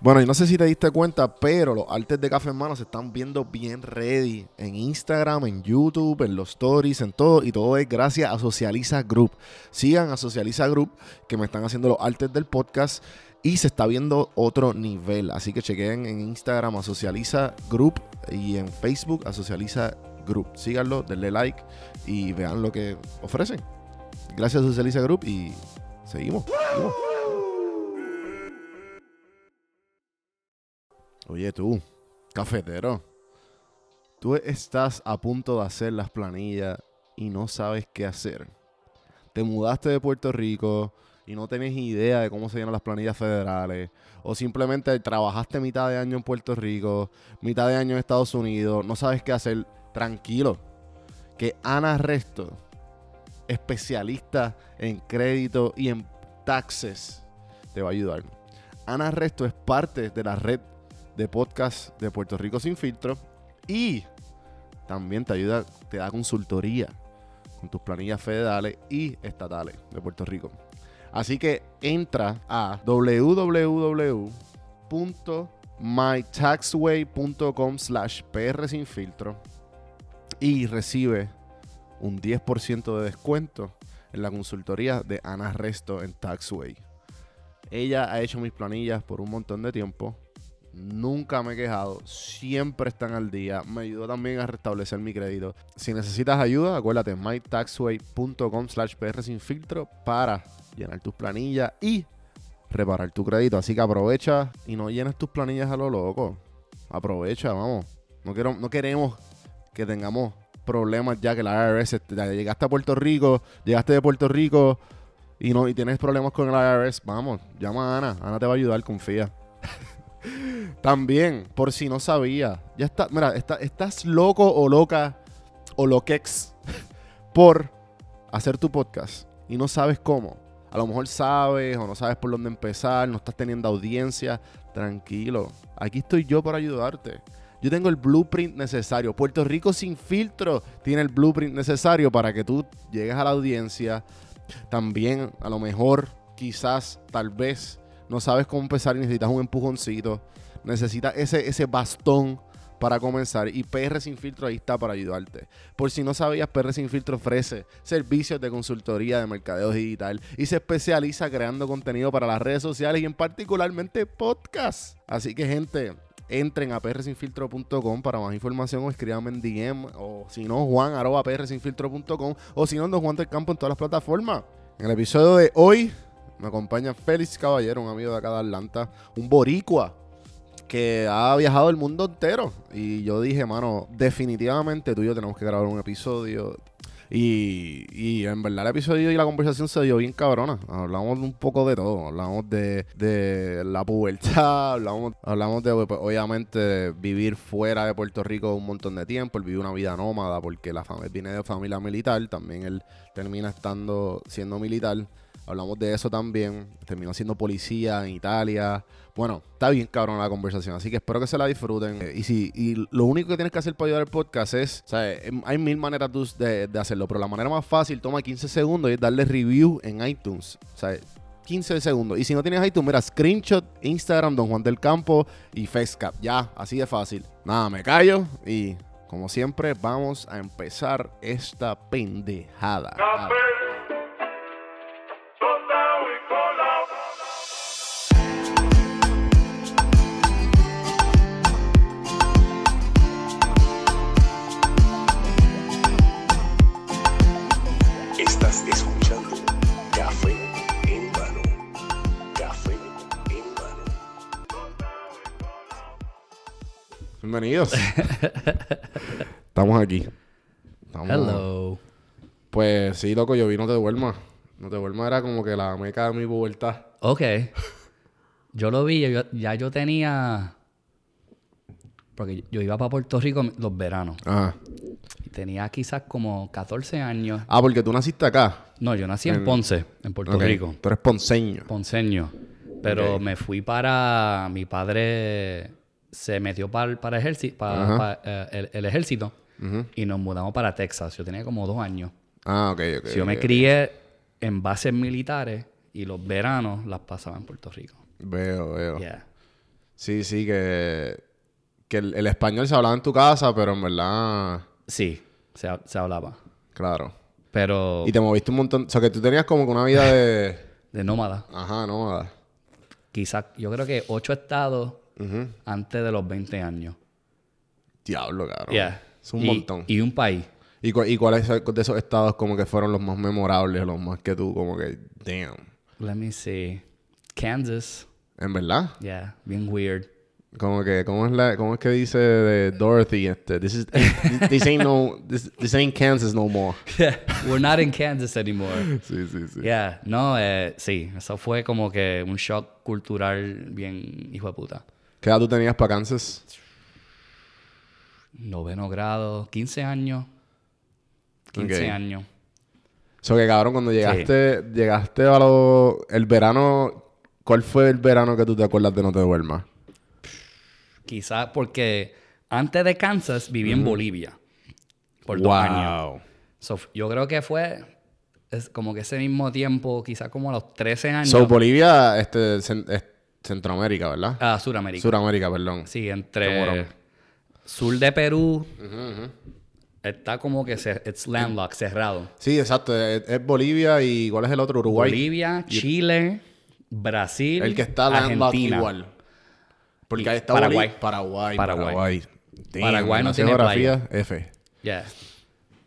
Bueno, y no sé si te diste cuenta, pero los artes de Café en Mano se están viendo bien ready en Instagram, en YouTube, en los stories, en todo. Y todo es gracias a Socializa Group. Sigan a Socializa Group, que me están haciendo los artes del podcast. Y se está viendo otro nivel. Así que chequen en Instagram a Socializa Group y en Facebook a Socializa Group. Síganlo, denle like y vean lo que ofrecen. Gracias a Socializa Group y seguimos. seguimos. Oye tú, cafetero, tú estás a punto de hacer las planillas y no sabes qué hacer. Te mudaste de Puerto Rico y no tenés idea de cómo se llenan las planillas federales. O simplemente trabajaste mitad de año en Puerto Rico, mitad de año en Estados Unidos, no sabes qué hacer. Tranquilo, que Ana Resto, especialista en crédito y en taxes, te va a ayudar. Ana Resto es parte de la red de podcast de Puerto Rico sin filtro y también te ayuda, te da consultoría con tus planillas federales y estatales de Puerto Rico. Así que entra a www.mytaxway.com slash pr sin filtro y recibe un 10% de descuento en la consultoría de Ana Resto en Taxway. Ella ha hecho mis planillas por un montón de tiempo Nunca me he quejado, siempre están al día. Me ayudó también a restablecer mi crédito. Si necesitas ayuda, acuérdate mytaxway.com slash pr sin filtro para llenar tus planillas y reparar tu crédito. Así que aprovecha y no llenes tus planillas a lo loco. Aprovecha, vamos. No, quiero, no queremos que tengamos problemas ya que la IRS, ya llegaste a Puerto Rico, llegaste de Puerto Rico y, no, y tienes problemas con el IRS. Vamos, llama a Ana. Ana te va a ayudar, confía. También, por si no sabía, ya está, mira, está, estás loco o loca o loquex por hacer tu podcast y no sabes cómo. A lo mejor sabes o no sabes por dónde empezar, no estás teniendo audiencia. Tranquilo, aquí estoy yo para ayudarte. Yo tengo el blueprint necesario. Puerto Rico sin filtro tiene el blueprint necesario para que tú llegues a la audiencia. También, a lo mejor, quizás, tal vez, no sabes cómo empezar y necesitas un empujoncito, necesitas ese, ese bastón para comenzar y PR Sin Filtro ahí está para ayudarte. Por si no sabías, PR Sin Filtro ofrece servicios de consultoría de mercadeo digital y se especializa creando contenido para las redes sociales y en particularmente podcasts. Así que gente, entren a prsinfiltro.com para más información o escríbanme en DM o si no, juan arroba prsinfiltro.com o si no, don Juan del Campo en todas las plataformas. En el episodio de hoy me acompaña Félix Caballero, un amigo de acá de Atlanta, un boricua que ha viajado el mundo entero. Y yo dije, mano, definitivamente tú y yo tenemos que grabar un episodio. Y, y en verdad el episodio y la conversación se dio bien cabrona. Hablamos un poco de todo. Hablamos de, de la pubertad, hablamos, hablamos de pues, obviamente vivir fuera de Puerto Rico un montón de tiempo. Él vivió una vida nómada porque la familia viene de familia militar. También él termina estando siendo militar. Hablamos de eso también. Terminó siendo policía en Italia. Bueno, está bien cabrón la conversación. Así que espero que se la disfruten. Eh, y si y lo único que tienes que hacer para ayudar al podcast es, ¿sabes? hay mil maneras de, de, hacerlo, pero la manera más fácil toma 15 segundos y es darle review en iTunes. ¿sabes? 15 segundos. Y si no tienes iTunes, mira, screenshot, Instagram, Don Juan del Campo y Facecap. Ya, así de fácil. Nada, me callo y como siempre vamos a empezar esta pendejada. Bienvenidos. Estamos aquí. Estamos... Hello. Pues sí, loco, yo vi No Te Duermas. No Te Duermas era como que la meca de mi pubertad. Ok. Yo lo vi, yo, ya yo tenía. Porque yo iba para Puerto Rico los veranos. Ajá. Y tenía quizás como 14 años. Ah, porque tú naciste acá. No, yo nací en, En- Ponce, en Puerto Ok. Rico. Tú eres ponceño. Ponceño. Pero Ok. me fui para. Mi padre se metió para, para, ejerci- para- Ajá. para, eh, el, el ejército y nos mudamos para Texas. Yo tenía como dos años. Ah, ok, ok. Si yo me ok. crié en bases militares y los veranos las pasaba en Puerto Rico. Veo, veo. Yeah. Sí, sí, que, que el, el español se hablaba en tu casa, pero en verdad, Sí, se, ha- se hablaba. claro. Pero Y te moviste un montón. O sea, que tú tenías como que una vida de... de nómada. Ajá, nómada. Quizás, yo creo que ocho estados Ujú. antes de los 20 años. Diablo, cabrón. Yeah. Es un Y- montón. Y un país. ¿Y, cu- y cuáles de esos estados como que fueron los más memorables, los más que tú, como que, damn. Let me see. Kansas. En verdad. Yeah, bien weird. Como que, ¿cómo es, la, cómo es que dice de Dorothy? Este, this, is, this, this ain't no, this, this ain't Kansas no more. We're not in Kansas anymore. Sí, sí, sí. Yeah, no, eh, sí, eso fue como que un shock cultural bien hijo de puta. ¿Qué edad tú tenías para Kansas? Noveno grado, 15 años. 15 Ok. años. So que cabrón, cuando llegaste, llegaste a los... El verano... ¿Cuál fue el verano que tú te acuerdas de No Te Duermas? Quizás porque antes de Kansas viví en Bolivia por dos años. So, f- yo creo que fue es como que ese mismo tiempo, quizás como a los 13 años, So, Bolivia, este, cen- es Centroamérica, ¿verdad? a Sudamérica. Suramérica, perdón. sí, Qué entre morón. sur de Perú. Está como que se, it's landlocked, cerrado. Sí, exacto. Es, es Bolivia y ¿cuál es el otro? Uruguay. Bolivia, Chile, Brasil, El que está landlocked Argentina. igual. Porque ahí está Paraguay. Bolivia- Paraguay. Paraguay. Paraguay. Damn, Paraguay no nació tiene geografía, F. Yeah.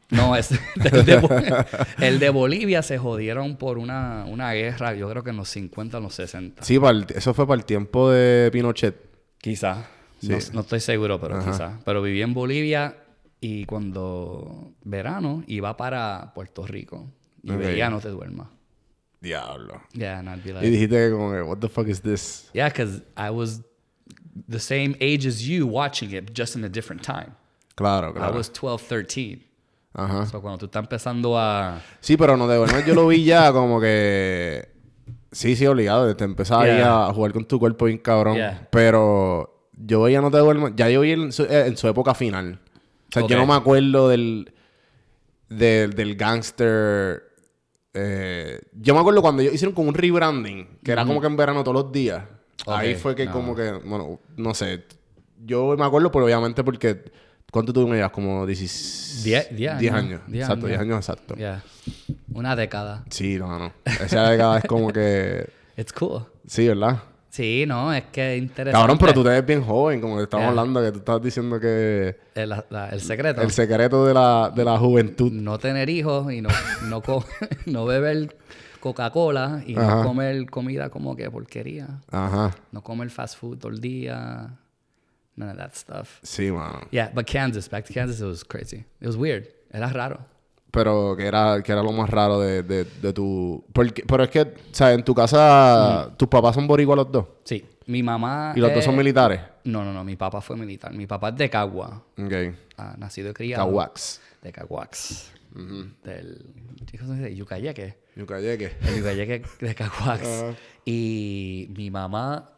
No, es, el, de, Bo- el de Bolivia se jodieron por una, una guerra, yo creo que en los 50, en los 60. Sí, para el- eso fue para el tiempo de Pinochet. Quizás. No, no estoy seguro, pero quizás. Pero viví en Bolivia y cuando verano iba para Puerto Rico. Y Ok. veía No Te Duermas. Diablo. Yeah, and I'd be Y like, dijiste que como que, what the fuck is this? yeah, because I was the same age as you watching it, just in a different time. Claro, I claro. was 12, 13. Ajá. So, cuando tú estás empezando a... Sí, pero no te duermas. Yo lo vi ya como que. Sí, sí, obligado. Te empezaba ahí Yeah. a jugar con tu cuerpo bien cabrón. Yeah. Pero yo veía no te duermas. Ya yo vi en su, eh, en su época final. O sea, Ok. yo no me acuerdo del. Del, del gangster. eh, yo me acuerdo cuando ellos hicieron como un rebranding, que era como que en verano todos los días. Ahí Ok, Ah. fue que no. como que, bueno, no sé. Yo me acuerdo, pero obviamente porque. ¿Cuánto tú me llevas? Como 16. Diez- diez años. años. Diez exacto, años. 10 años exacto. Yeah. Una década. Sí, no, no. Esa década es como que. It's cool. Sí, ¿verdad? Sí, no, es que es interesante. Cabrón, pero tú te ves bien joven, como que estamos Yeah. hablando, que tú estás diciendo que El, Eh, la- el secreto. el secreto de la, de la juventud. no tener hijos y no, no, co- no beber Coca-Cola y no Ajá. comer comida como que porquería. Ajá. No comer fast food todo el día. None of that stuff. Sí, mano. Yeah, but Kansas, back to Kansas, it was crazy. It was weird. Era raro. Pero que era, que era lo más raro de, de, de tu. Porque, pero es que, o sea, en tu casa, Mm. tus papás son boricua los dos. Sí, mi mamá. Y los dos es- son militares. No, no, no, mi papá fue militar. Mi papá es de Cagua, Ok. ah, nacido y criado. Cahuax. De Caguax. Del. ¿Cómo se dice? Yucayeque. Yucayeque. El Yucayeque de Caguax. Ah. Y mi mamá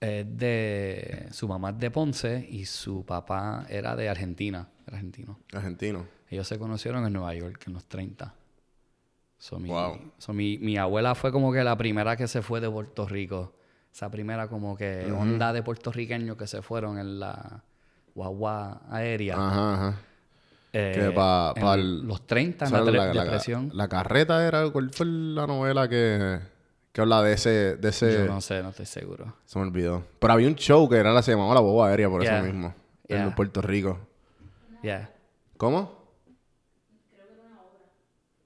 es de. Su mamá es de Ponce y su papá era de Argentina. Era argentino. Argentino. Ellos se conocieron en Nueva York en los 30. So, mi, Wow. so, mi, mi abuela fue como que la primera que se fue de Puerto Rico. Esa primera como que onda de puertorriqueños que se fueron en la guagua aérea. Ajá, ajá. Eh, Ah, Que pa- en pa el- los 30, en O la, sea, tre- la- la- depresión. La, carreta era. ¿Cuál fue la novela que, que habla de ese. De ese... Yo no sé, no estoy seguro. Se me olvidó. Pero había un show que era la se llamaba La Boba Aérea por Yeah. eso mismo. Yeah. En Puerto Rico. Yeah. ¿Cómo?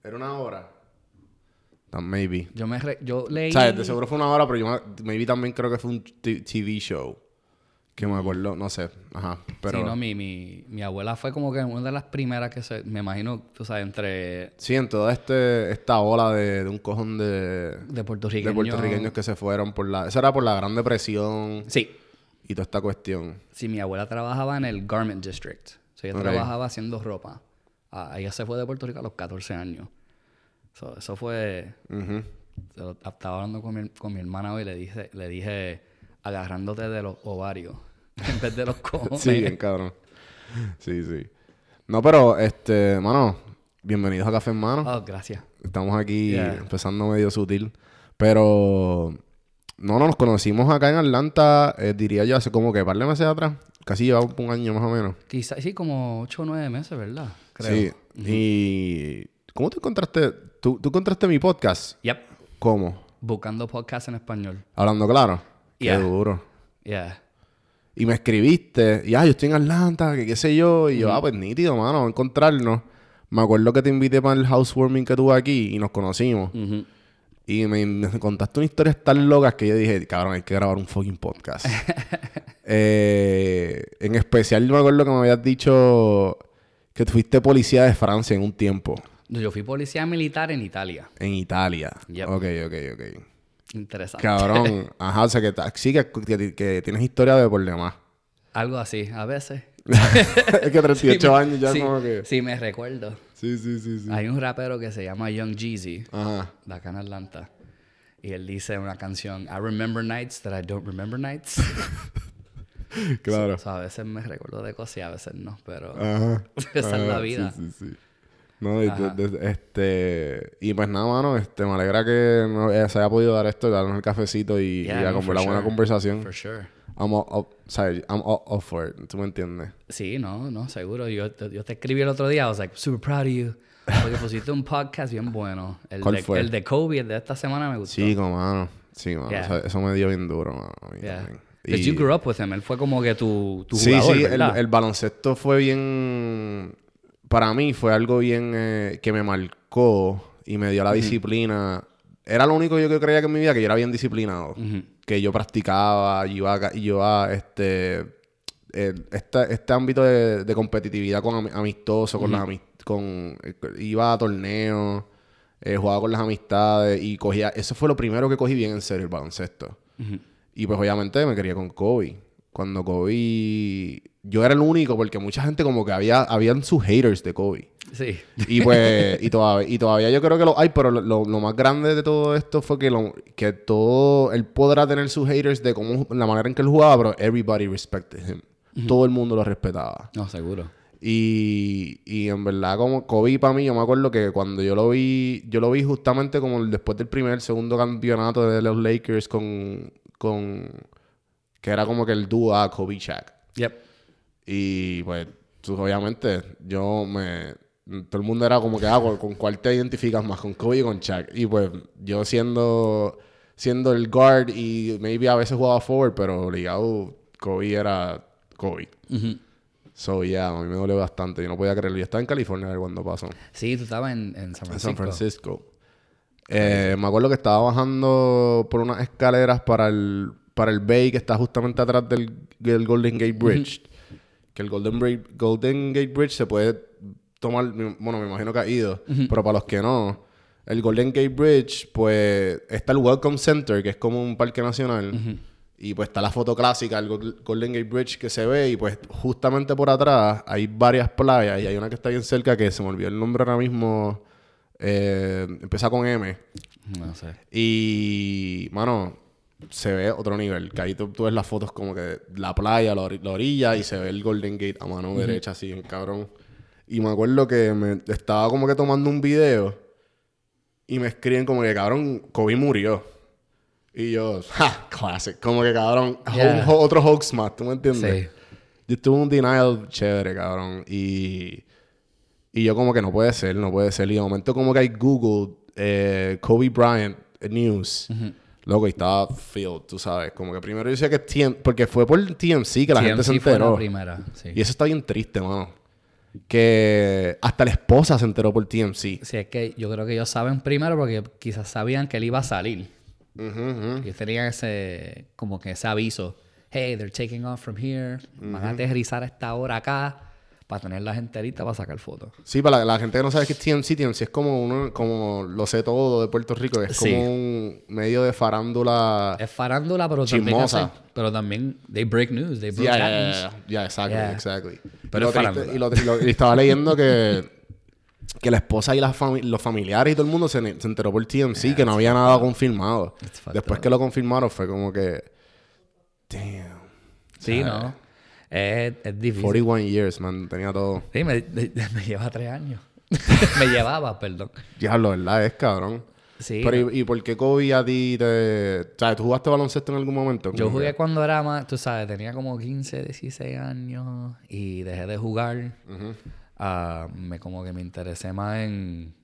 Era una hora. Tan- Maybe. Yo, me re- yo leí... O sea, de seguro fue una hora, pero yo me- maybe también creo que fue un t- TV show. Que me acuerdo, no sé. Ajá. Pero. Sí, no, mi, mi, mi abuela fue como que una de las primeras que se... Me imagino, tú sabes, entre... Sí, en toda este, esta ola de, de un cojón de, De de puertorriqueños. puertorriqueños que se fueron por la. Eso era por la Gran Depresión Sí. y toda esta cuestión. Sí, mi abuela trabajaba en el Garment District. O sea, ella Ok. trabajaba haciendo ropa. Ah, ella se fue de Puerto Rico a los 14 años. So, eso fue... Ujú. se lo- Estaba hablando con mi, con mi hermana hoy y le dije, le dije agarrándote de los ovarios en vez de los cojones. Sí, bien cabrón. Sí, sí. No, pero, este, mano, bienvenidos a Café en Mano. Oh, gracias. Estamos aquí Ah, Yeah. empezando medio sutil. Pero, No, no, nos conocimos acá en Atlanta, eh, diría yo, hace como que par de meses atrás. Casi llevaba un año más o menos. Quizás, sí, como 8 o 9 meses, ¿verdad? Sí. Y... ¿Cómo te encontraste? ¿Tú, tú encontraste mi podcast? Yep. ¿Cómo? Buscando podcast en español. Hablando claro. Yeah. Qué duro. Yeah. Y me escribiste, y ah, yo estoy en Atlanta, que qué sé yo. Y yo, ah, pues nítido, mano, vamos a encontrarnos. Me acuerdo que te invité para el housewarming que tuve aquí y nos conocimos. Ujú. Y me, me contaste unas historias tan locas que yo dije, cabrón, hay que grabar un fucking podcast. Eh, en especial, me acuerdo que me habías dicho que fuiste policía de Francia en un tiempo, Yo fui policía militar en Italia. en Italia. Yep. Ok, ok, ok. Interesante. Cabrón, ajá, o sea que ta- sí que, que- que tienes historia de por demás. Algo así, a veces. es que 38 años ya sí, como que. Sí, me recuerdo. Sí, sí, sí, sí. Hay un rapero que se llama Young Jeezy, Ajá. de acá en Atlanta. Y él dice en una canción, I remember nights that I don't remember nights. Claro. O sea, a veces me recuerdo de cosas y a veces no, pero Ajá. esa es la Ajá, vida. ah, Sí, sí, sí. No, y, de- de- este, y pues nada, mano, este, me alegra que no- eh, se haya podido dar esto, darnos el cafecito y, Yeah, y a no, for conver- la buena sure. conversación. For sure. I'm all, up, o sea, I'm all up for it, ¿tú me entiendes? Sí, no, no, seguro. Yo, te- yo te escribí el otro día, I was like, super proud of you. Porque pusiste un podcast bien bueno. El, ¿Cuál de, fue? el de Kobe, el de esta semana me gustó. Chico, mano. Sí, mano. Yeah. o sea, eso me dio bien duro, mano. a mí Yeah. también. 'Cause Y- you grew up with him. Él fue como que tu, tu sí, jugador, sí, el, ¿verdad? el baloncesto fue bien. Para mí fue algo bien eh, que me marcó y me dio la disciplina. Era lo único yo que creía que en mi vida que yo era bien disciplinado. Que yo practicaba, yo iba, a ca- yo a, este, el- esta- este ámbito de, de competitividad con ami- amistoso, con las amis- con, eh, iba a torneos, eh, jugaba con las amistades y cogía. Eso fue lo primero que cogí bien en serio el baloncesto. Y pues obviamente me quería con Kobe. Cuando Kobe... Yo era el único porque mucha gente como que había... Habían sus haters de Kobe. Sí. Y pues... y, todavía, y todavía yo creo que lo hay, pero lo, lo- lo más grande de todo esto fue que, lo- que todo... Él podrá tener sus haters de cómo, la manera en que él jugaba, pero everybody respected him. Todo el mundo lo respetaba. No, seguro. Y, y en verdad, como Kobe para mí, yo me acuerdo que cuando yo lo vi, yo lo vi justamente como el- después del primer, segundo campeonato de los Lakers con, con que era como que el dúo a Kobe Shaq. Yep. Y pues, tú, obviamente, yo me. Todo el mundo era como que, ah, ¿con, con cuál te identificas más? ¿Con Kobe o con Shaq? Y pues, yo siendo, siendo el guard y maybe a veces jugaba forward, pero obligado, Kobe era Kobe. So, yeah, a mí me dolió bastante. Yo no podía creerlo. Yo estaba en California cuando pasó. Sí, tú estabas en, en San En Francisco. San Francisco. Eh, me acuerdo que estaba bajando por unas escaleras para el, para el Bay que está justamente atrás del, del Golden Gate Bridge. Que el Golden, Bri- Golden Gate Bridge se puede tomar, me- bueno, me imagino que ha ido, pero para los que no, el Golden Gate Bridge, pues está el Welcome Center, que es como un parque nacional. Y pues está la foto clásica del Gol- Golden Gate Bridge que se ve y pues justamente por atrás hay varias playas y hay una que está bien cerca que se me olvidó el nombre ahora mismo, eh, empieza con M. No sé. Y, mano, se ve otro nivel. Que ahí tú, tú ves las fotos como que la playa, la, ori- la orilla, y se ve el Golden Gate a mano derecha, así, en cabrón. Y me acuerdo que me estaba como que tomando un video y me escriben como que, cabrón, Kobe murió. Y yo, ja, classic. Como que, cabrón, ho- Yeah. ho- otro hoax más, ¿tú me entiendes? Sí. Yo tuve un denial chévere, cabrón. Y, y yo como que no puede ser, no puede ser. Y de momento como que hay Google, eh, Kobe Bryant eh, News. Loco, y estaba filled, tú sabes. Como que primero yo decía que TM porque fue por TMC que la gente se TMC fue la enteró. primera. Sí. Y eso está bien triste, mano. Que hasta la esposa se enteró por TMC. Si es que yo creo que ellos saben primero porque quizás sabían que él iba a salir. Y tenían ese, como que ese aviso. Hey, they're taking off from here. Van a aterrizar a esta hora acá para tener la gente lista para sacar fotos. Sí, para la, la gente que no sabe qué es TMC, TMC es como uno, como lo sé todo de Puerto Rico, es Sí. como un medio de farándula. Es farándula, pero Ah. Chismosa. también... hacen- Pero también... They break news. They break Ya, ya, that ya, news. ya, ya, exactly, Yeah. exactly. Pero y, lo es triste- farándula. y lo tri- lo- y estaba leyendo que, que la esposa y las fami- los familiares y todo el mundo se, ne- se enteró por TMC que no había nada confirmado. It's fucked Después up. que lo confirmaron fue como que, damn, Sí, ¿no? Es, es difícil. 41 years, man, tenía todo. Sí, me, de- de- me lleva tres años. me llevaba, perdón. Diablo, ¿verdad? Es cabrón. Sí. Pero, ¿y, y por qué Kobe a ti te... O sea, ¿tú jugaste baloncesto en algún momento? Yo Como jugué que- cuando era más, tú sabes, tenía como 15, 16 años y dejé de jugar. Ah, me como que me interesé más en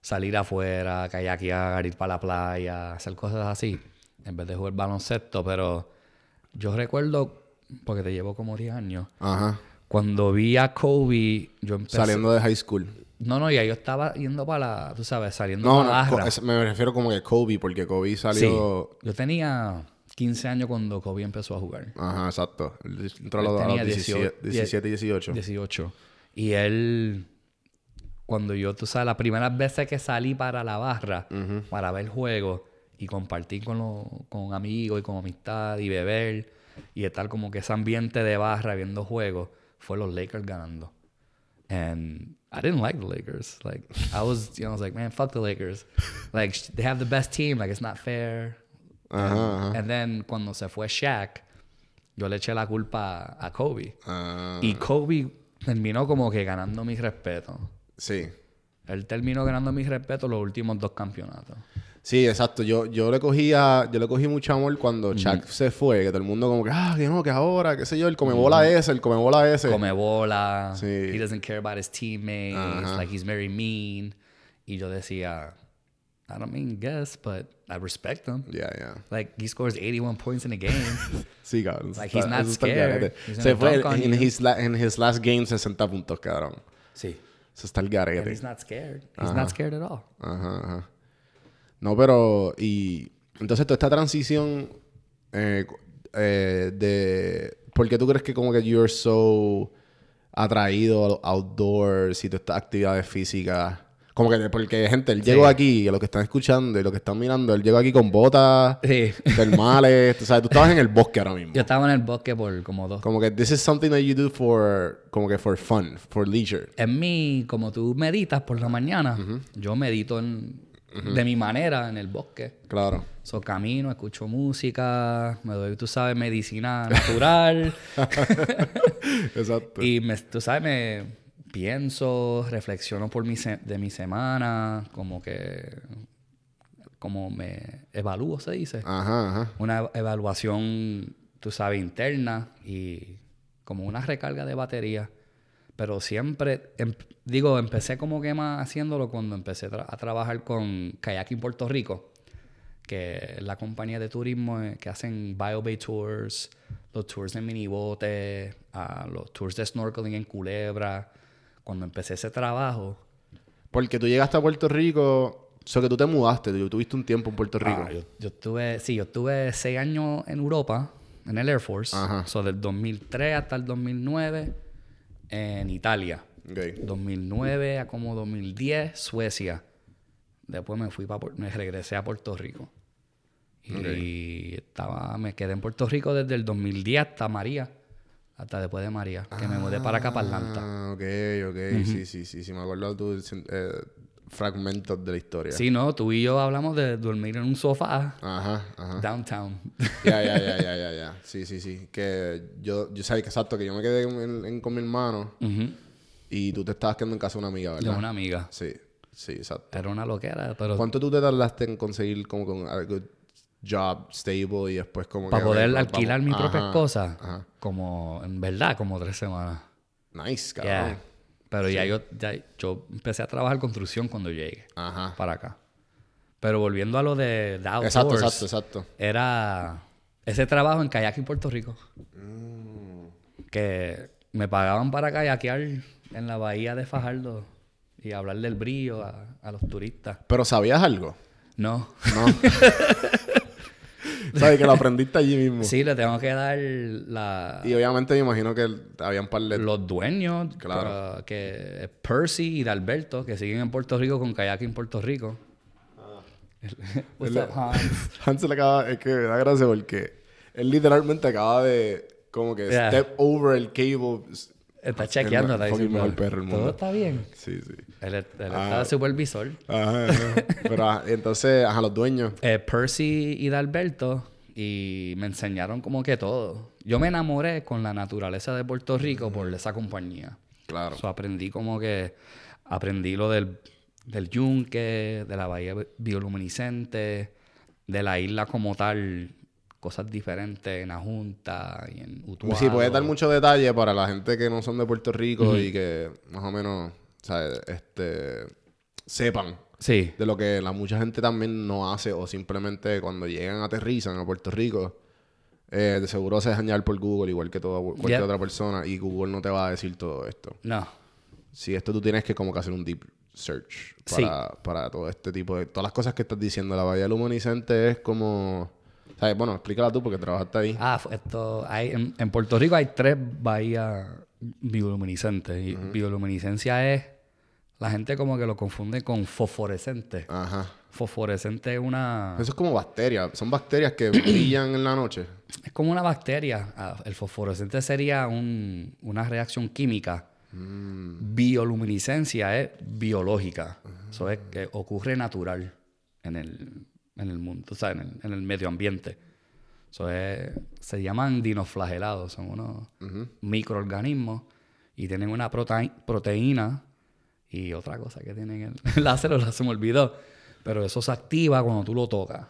salir afuera, kayakear, ir para la playa, hacer cosas así, en vez de jugar baloncesto. Pero yo recuerdo, porque te llevo como 10 años, Ajá. cuando vi a Kobe, yo empecé... Saliendo de high school. No, no, ya yo estaba yendo para la, tú sabes, saliendo No, para la no, co- barra. es- me refiero como que Kobe, porque Kobe Sí. salió... Yo tenía 15 años cuando Kobe empezó a jugar. Ajá, exacto. Él Entró a Él los, a los tenía 17, 18, 17 y 18. 18. Y él, cuando yo, tú sabes, las primeras veces que salí para la barra, para ver juegos y compartir con, los- con amigos y con amistad y beber y estar como que ese ambiente de barra viendo juegos, fue los Lakers ganando. And I didn't like the Lakers. Like, I was, you know, I was like, man, fuck the Lakers. Like, sh- they have the best team. Like, it's not fair. Ajá, ajá. And then, cuando se fue Shaq, yo le eché la culpa a Kobe. Ah, Y Kobe terminó como que ganando mi respeto. sí. Él terminó ganando mi respeto los últimos dos campeonatos. Sí, exacto. Yo, yo le cogí a- yo le cogí mucho amor cuando Shaq se fue, que todo el mundo como que, ah, que no, que ahora, qué sé yo, el come bola ese, el come bola ese. Come bola. Sí. He doesn't care about his teammates. Like, he's very mean. Y yo decía, I don't mean guess, but I respect him. Ya, ya. Like, he scores 81 points in a game. Sí, cabrón. Like, Está- he's not eso está scared. al garete. He's gonna Se fue dunk on en you. his, la- en his last game 60 puntos, cabrón. sí. Eso está el And garete. he's not scared. He's not scared at all. Ajá, ajá. No, pero. Y. Entonces, toda esta transición. eh, cu- eh, de. ¿Por qué tú crees que como que you're so atraído a los outdoors y todas estas actividades físicas? Como que, porque, gente, él llegó aquí, a los que están escuchando y los que están mirando, él llegó aquí con botas Sí. termales. tú sabes, tú estabas en el bosque ahora mismo. Yo estaba en el bosque por como dos Como que this is something that you do for, como que for fun, for leisure. Es mi, como tú meditas por la mañana, yo medito en- de mi manera en el bosque. Claro. So, camino, escucho música, me doy, tú sabes, medicina natural. Exacto. y, me, tú sabes, me pienso, reflexiono por mi se- de mi semana, como que, como me evalúo, se dice. Ajá, ajá. Una evaluación, tú sabes, interna y como una recarga de batería. Pero siempre, em- digo, empecé como que más haciéndolo cuando empecé tra- a trabajar con Kayaking Puerto Rico, que es la compañía de turismo eh, que hacen Bio Bay Tours, los tours de minibote, ah, los tours de snorkeling en Culebra. Cuando empecé ese trabajo, Porque tú llegaste a Puerto Rico, o sea que tú te mudaste, tú tuviste un tiempo en Puerto Rico. Ah, yo, yo estuve, sí, yo estuve seis años en Europa, en el Air Force. Ajá. So, del 2003 hasta el 2009 en Italia. Ok. 2009 a como 2010, Suecia. Después me fui para, me regresé a Puerto Rico. Y estaba, me quedé en Puerto Rico desde el 2010 hasta María, hasta después de María, que me mudé para acá, para Atlanta. Ah, ok, ok. Sí, sí, sí, sí. Me acuerdo de tus eh, fragmentos de la historia. Sí, no, tú y yo hablamos de dormir en un sofá Ajá, ajá. downtown. Ya, ya, ya, ya, ya, ya. Sí, sí, sí. Que yo, yo sabía que exacto, que yo me quedé en- en- con mi hermano Ujú. y tú te estabas quedando en casa de una amiga, De ¿verdad? una amiga. Sí, sí, exacto. Era una loquera, pero ¿Cuánto tú te tardaste en conseguir como con a good job stable y después como para que, poder ok, vamos- alquilar mis ajá, propias cosas, ajá. como en verdad, como tres semanas. Nice, cabrón. Yeah. Pero ya, yo, ya yo empecé a trabajar construcción cuando llegué Ajá. para acá. Pero volviendo a lo de, de outdoors, Ah. Exacto, exacto, exacto. era ese trabajo en kayak en Puerto Rico. Mm. Que me pagaban para kayakear en la bahía de Fajardo y hablar del brillo a, a los turistas. Pero sabías algo. No, No. Sabes que lo aprendiste allí mismo. sí, le tengo que dar la, Y obviamente me imagino que habían par de... los dueños, Claro. pero que es Percy y de Alberto, que siguen en Puerto Rico con kayak en Puerto Rico. Ah. What's up, Hans? Hans le acaba... Es que me da gracia porque él literalmente acaba de como que Yeah. step over el cable. Ah, Está chequeando, el está fucking diciendo, mejor perro del Todo mundo". Ah. está bien. Sí, sí. Él, él está de supervisor. Ajá, ajá. Pero ajá, entonces, ajá, los dueños. Eh, Percy y de Alberto y me enseñaron como que todo. Yo me enamoré con la naturaleza de Mm. Puerto Rico por esa compañía. Claro. So, aprendí como que aprendí lo del del yunque, de la bahía bi- bioluminiscente, de la isla como tal, cosas diferentes en Ajunta y en Utuado. Sí, puedes dar mucho detalle para la gente que no son de Puerto Rico Ujú. y que más o menos, ¿sabes? Este, sepan Sí, de lo que la mucha gente también no hace o simplemente cuando llegan aterrizan a Puerto Rico. eh, de seguro se dejan llevar por Google igual que toda cualquier Yeah. otra persona y Google no te va a decir todo esto. no. Si esto tú tienes que como que hacer un deep search Sí. para, para todo este tipo de... Todas las cosas que estás diciendo. La Bahía Luminiscente es como... ¿sabes? Bueno, explícala tú porque trabajaste ahí. Ah, fu- esto hay, en, en Puerto Rico hay tres bahías bioluminiscentes. Y bioluminiscencia es. La gente como que lo confunde con fosforescente. Ajá. Fosforescente es una. Eso Ah. es como bacterias. Son bacterias que brillan en la noche. Es como una bacteria. Ah, El fosforescente sería un- una reacción química. Bioluminiscencia es biológica. Eso es que ocurre natural en el, en el mundo, o sea, en el, en el medio ambiente. Eso es, se llaman dinoflagelados. Son unos microorganismos y tienen una protai- proteína y otra cosa que tienen en en la célula, se me olvidó. Pero eso se activa cuando tú lo tocas.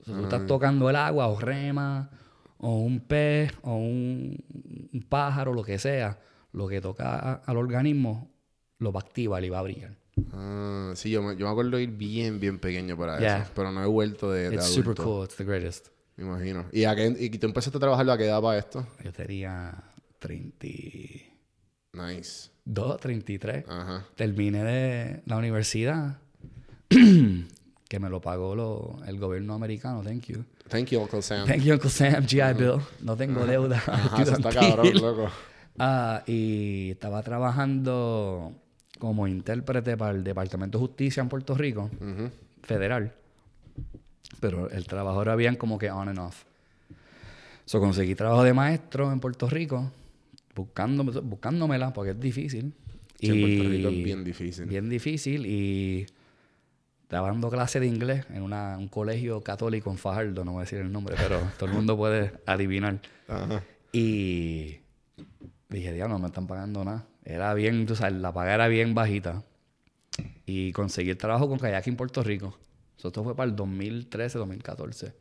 O sea, tú Ah. estás tocando el agua o rema o un pez o un, un pájaro, lo que sea, lo que toca a- al organismo lo va a activar y va a brillar. Ah, sí, yo me, yo me acuerdo ir bien, bien pequeño para Yeah. eso. Pero no he vuelto de, de It's adulto. super cool, it's the greatest. Me imagino. ¿Y, a qué, ¿Y tú empezaste a trabajarlo a qué edad para esto? Yo tenía 32, Nice. 33. Ajá. Terminé de la universidad, que me lo pagó lo- el gobierno americano, thank you. Thank you, Uncle Sam. Thank you, Uncle Sam, GI Bill. No tengo deuda. Ah. Ajá, eso está estudiantil. cabrón, loco. Ah, y estaba trabajando como intérprete para el Departamento de Justicia en Puerto Rico, Ujú. federal. Pero el trabajo era bien como que on and off. So conseguí trabajo de maestro en Puerto Rico, buscándome, buscándomela, porque es difícil. Sí, en Puerto Rico es bien difícil. Bien difícil y estaba dando clase de inglés en una- un colegio católico en Fajardo, no voy a decir el nombre, pero todo el mundo puede adivinar. Ajá. Y dije, diablo, no me están pagando nada. Era bien, o sea, la paga era bien bajita. Y conseguí el trabajo con kayak en Puerto Rico. So, esto fue para el 2013, 2014.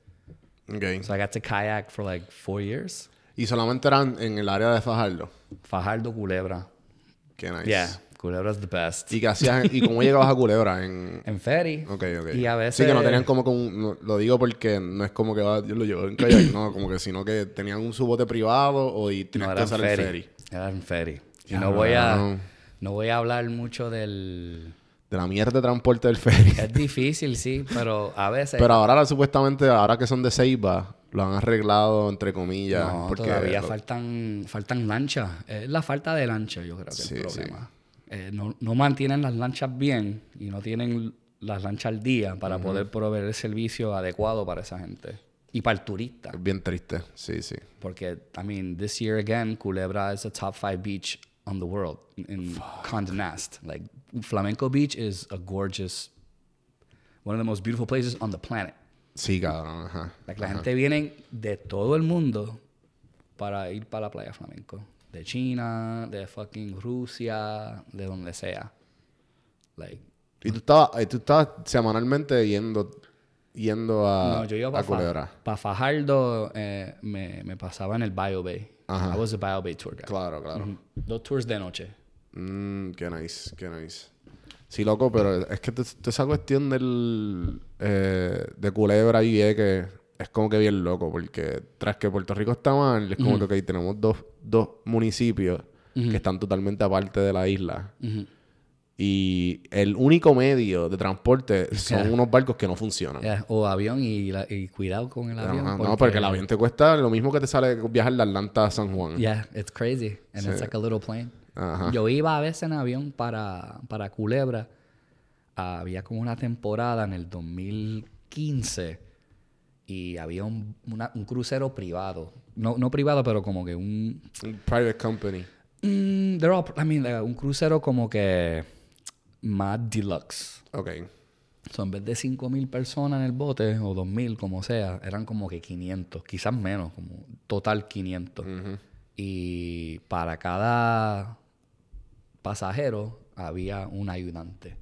Ok. So I got to kayak for like four years. Y solamente eran en el área de Fajardo. Fajardo, Culebra. Qué nice. Yeah, Culebra's the best. ¿Y qué hacías? en- ¿Y cómo llegabas a Culebra? En... en ferry. Ok, ok. Y a veces... Sí, que no tenían como que un... no- lo digo porque no es como que ah, yo lo llevo en kayak, no. Como que sino que tenían un subote privado o y No, tenías que era en usar ferry. el ferry. Era en ferry. Y Ya, no voy a... no. No voy a hablar mucho del... De la mierda de transporte del ferry. Es difícil, sí, pero a veces... Pero ahora, la- supuestamente, ahora que son de Ceiba, lo han arreglado, entre comillas. No, porque todavía lo- faltan, faltan lanchas. Es la falta de lancha, yo creo que Sí, es el sí. problema. Eh, no, no mantienen las lanchas bien y no tienen las lanchas al día para poder proveer el servicio adecuado para esa gente. Y para el turista. Es bien triste, sí, sí. Porque, I mean, this year again, Culebra is a top five beach on the world in Condé Nast. Like, Flamenco Beach is a gorgeous, one of the most beautiful places on the planet. Sí, cabrón, ajá. Like, la gente viene de todo el mundo para ir para la playa flamenco. De China, de fucking Rusia, de donde sea. Like, Y tú estabas, y tú estabas semanalmente yendo, yendo a, no, yo iba Ah, a para Culebra. Fajardo, eh, me, me pasaba en el Bio Bay. Ajá. I was a Bio Bay tour guide. Claro, claro. Dos tours de noche. Mm, qué nice, qué nice. Sí, loco, pero es que t- t- esa cuestión del, eh, de culebra y que es como que bien loco, porque tras que Puerto Rico está mal, es como que ok, tenemos dos, dos municipios que están totalmente aparte de la isla. Y el único medio de transporte son Yeah. unos barcos que no funcionan. Yeah, Eh, O avión y, la- y cuidado con el avión. Ajá, No, porque el avión te cuesta lo mismo que te sale viajar de Atlanta a San Juan. Yeah, it's crazy. And it's like a little plane. Ajá. Yo iba a veces en avión para, para Culebra. Ah, Había como una temporada en el 2015 y había un, una- un crucero privado. No, no privado, pero como que un... Un private company. Mm, they're all- I mean, like, un crucero como que más deluxe. Ok. So, en vez de 5.000 personas en el bote, o 2.000, como sea, eran como que 500, quizás menos, como total 500. Y para cada pasajero había un ayudante.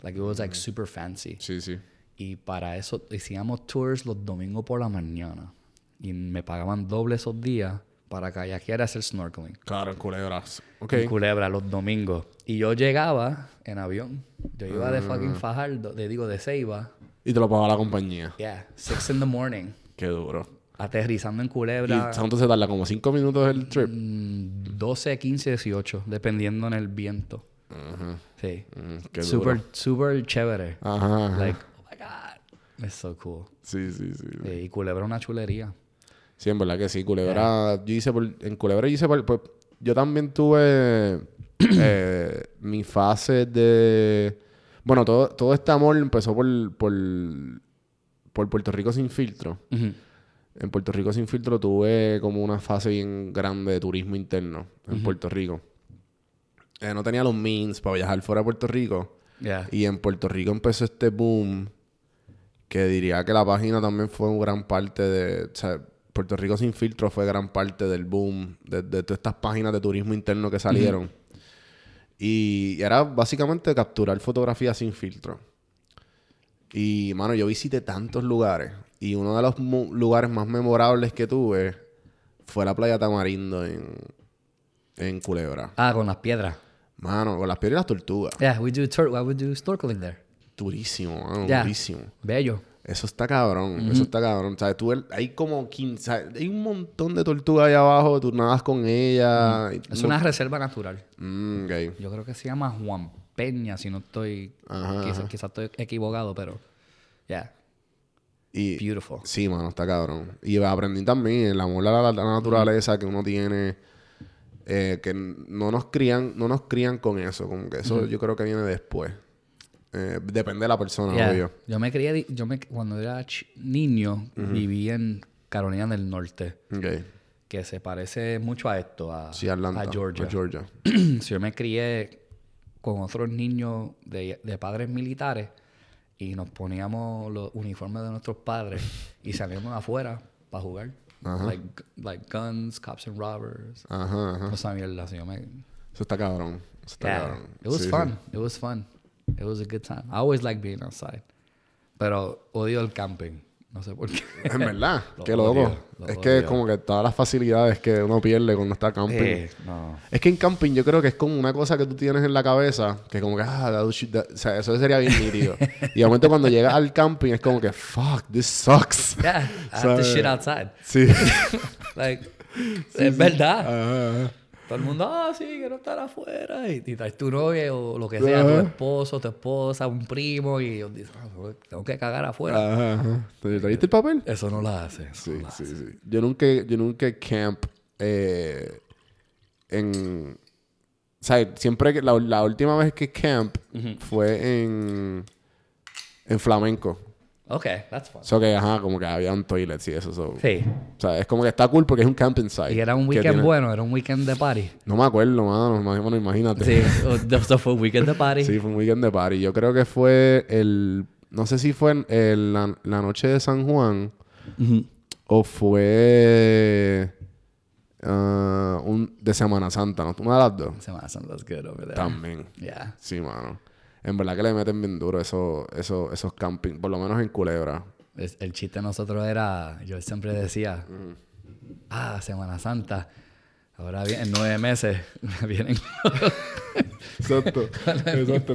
Like it was like super fancy. Sí, sí. Y para eso hacíamos tours los domingos por la mañana. Y me pagaban doble esos días para kayakear y hacer snorkeling. Claro, en culebras. Ok. En Culebra los domingos. Y yo llegaba en avión. Yo iba de fucking Fajardo, de, digo, de Ceiba. Y te lo pagaba la compañía. Yeah, six in the morning. Qué duro. Aterrizando en Y Culebra. tanto se tarda como 5 minutos el trip. mm, 12, 15, 18, dependiendo en el viento. Sí. Mm, qué duro. Súper, súper chévere. Ajá. ajá. Like, oh my God. It's so cool. Sí, sí, sí. sí. Eh, y Culebra una chulería. Sí, en verdad que sí. Culebra, yo hice por- en Culebra yo hice por- pues, yo también tuve eh, mi fase de... Bueno, todo, todo este amor empezó por, por, por Puerto Rico sin filtro. Ujú. En Puerto Rico sin filtro tuve como una fase bien grande de turismo interno en Puerto Rico. Eh, no tenía los means para viajar fuera de Puerto Rico. Yeah. Y en Puerto Rico empezó este boom que diría que la página también fue un gran parte de... O sea, Puerto Rico sin filtro fue gran parte del boom de, de todas estas páginas de turismo interno que salieron. Y era básicamente capturar fotografía sin filtro. Y, mano, yo visité tantos lugares. Y uno de los mu- lugares más memorables que tuve fue la playa Tamarindo en, en Culebra. Ah, con las piedras. Mano, con las piedras y las tortugas. Yeah, we do tur- we do snorkeling there. Durísimo, mano, Yeah. durísimo. Bello. Eso está cabrón, eso está cabrón. ¿Sabes? Tú, el- hay como 15, ¿sabes? hay un montón de tortugas ahí abajo, tú nadas con ella. y- Es mo- una reserva natural. Mm, ok. Yo creo que se llama Juan Peña, si no estoy. Ajá, Quizás estoy equivocado, pero. Yeah. Y, Beautiful. Sí, mano, está cabrón. Y aprendí también el amor a la, la naturaleza que uno tiene. eh, que no nos crían, no nos crían con eso. Como que eso yo creo que viene después. Eh, depende de la persona, Yeah. obvio. Yo me crié. di- Yo me, cuando era ch- niño, viví en Carolina del Norte, Ok. que se parece mucho a esto, a, Sí, Atlanta. a Georgia. A Georgia. So, yo me crié con otros niños de, de padres militares y nos poníamos los uniformes de nuestros padres y salíamos afuera para jugar. Like, like guns, cops and robbers. Ah, Ajá, ajá. No sabía la yo me... Eso está cabrón. Eso está Yeah. cabrón. It was Sí, sí. fun. It was fun. It was a good time. I always like being outside. Pero odio el camping. No sé por qué. En verdad, Lo qué odio, loco. lo es que odio. como que todas las facilidades que uno pierde cuando está camping. Eh, no. Es que en camping yo creo que es como una cosa que tú tienes en la cabeza, que como que, ah, that should- that- o sea, eso sería bien nítido. y de momento cuando llegas al camping es como que, fuck, this sucks. Yeah, I have Sabe. to shit outside. Sí. Like, es verdad. Ah. Ajá. Todo el mundo, ah, sí, quiero estar afuera. Y, y traes tu novia o lo que sea, Ajá. tu esposo, tu esposa, un primo. Y yo digo, "Ah, bro, tengo que cagar afuera. Ajá, ajá. ¿Te trajiste el papel? Eso no la hace. eso Ah. Sí, no la sí, hace. sí. Yo nunca, yo nunca camp eh, en... O sea, siempre que la, la última vez que camp fue en, en flamenco. Ok, that's fun. Eso que, ajá, como que habían toilets y eso. so- Sí. O sea, es como que está cool porque es un camping site. Y era un que weekend tiene- bueno, era un weekend de party. No me acuerdo, mano. ma- Bueno, imagínate. Sí, o- eso fue un weekend de party. Sí, fue un weekend de party. Yo creo que fue el... No sé si fue en el- la, la noche de San Juan Ujú. o fue... ah, un, de Semana Santa, ¿no? Una de las dos. Semana Santa, that's good over there. También. Yeah. Sí, mano. En verdad que le meten bien duro eso, eso, esos camping. Por lo menos en Culebra. Es- el chiste de nosotros era, yo siempre decía, Mm. ah, Semana Santa. Ahora viene, en nueve meses vienen Exacto. Exacto.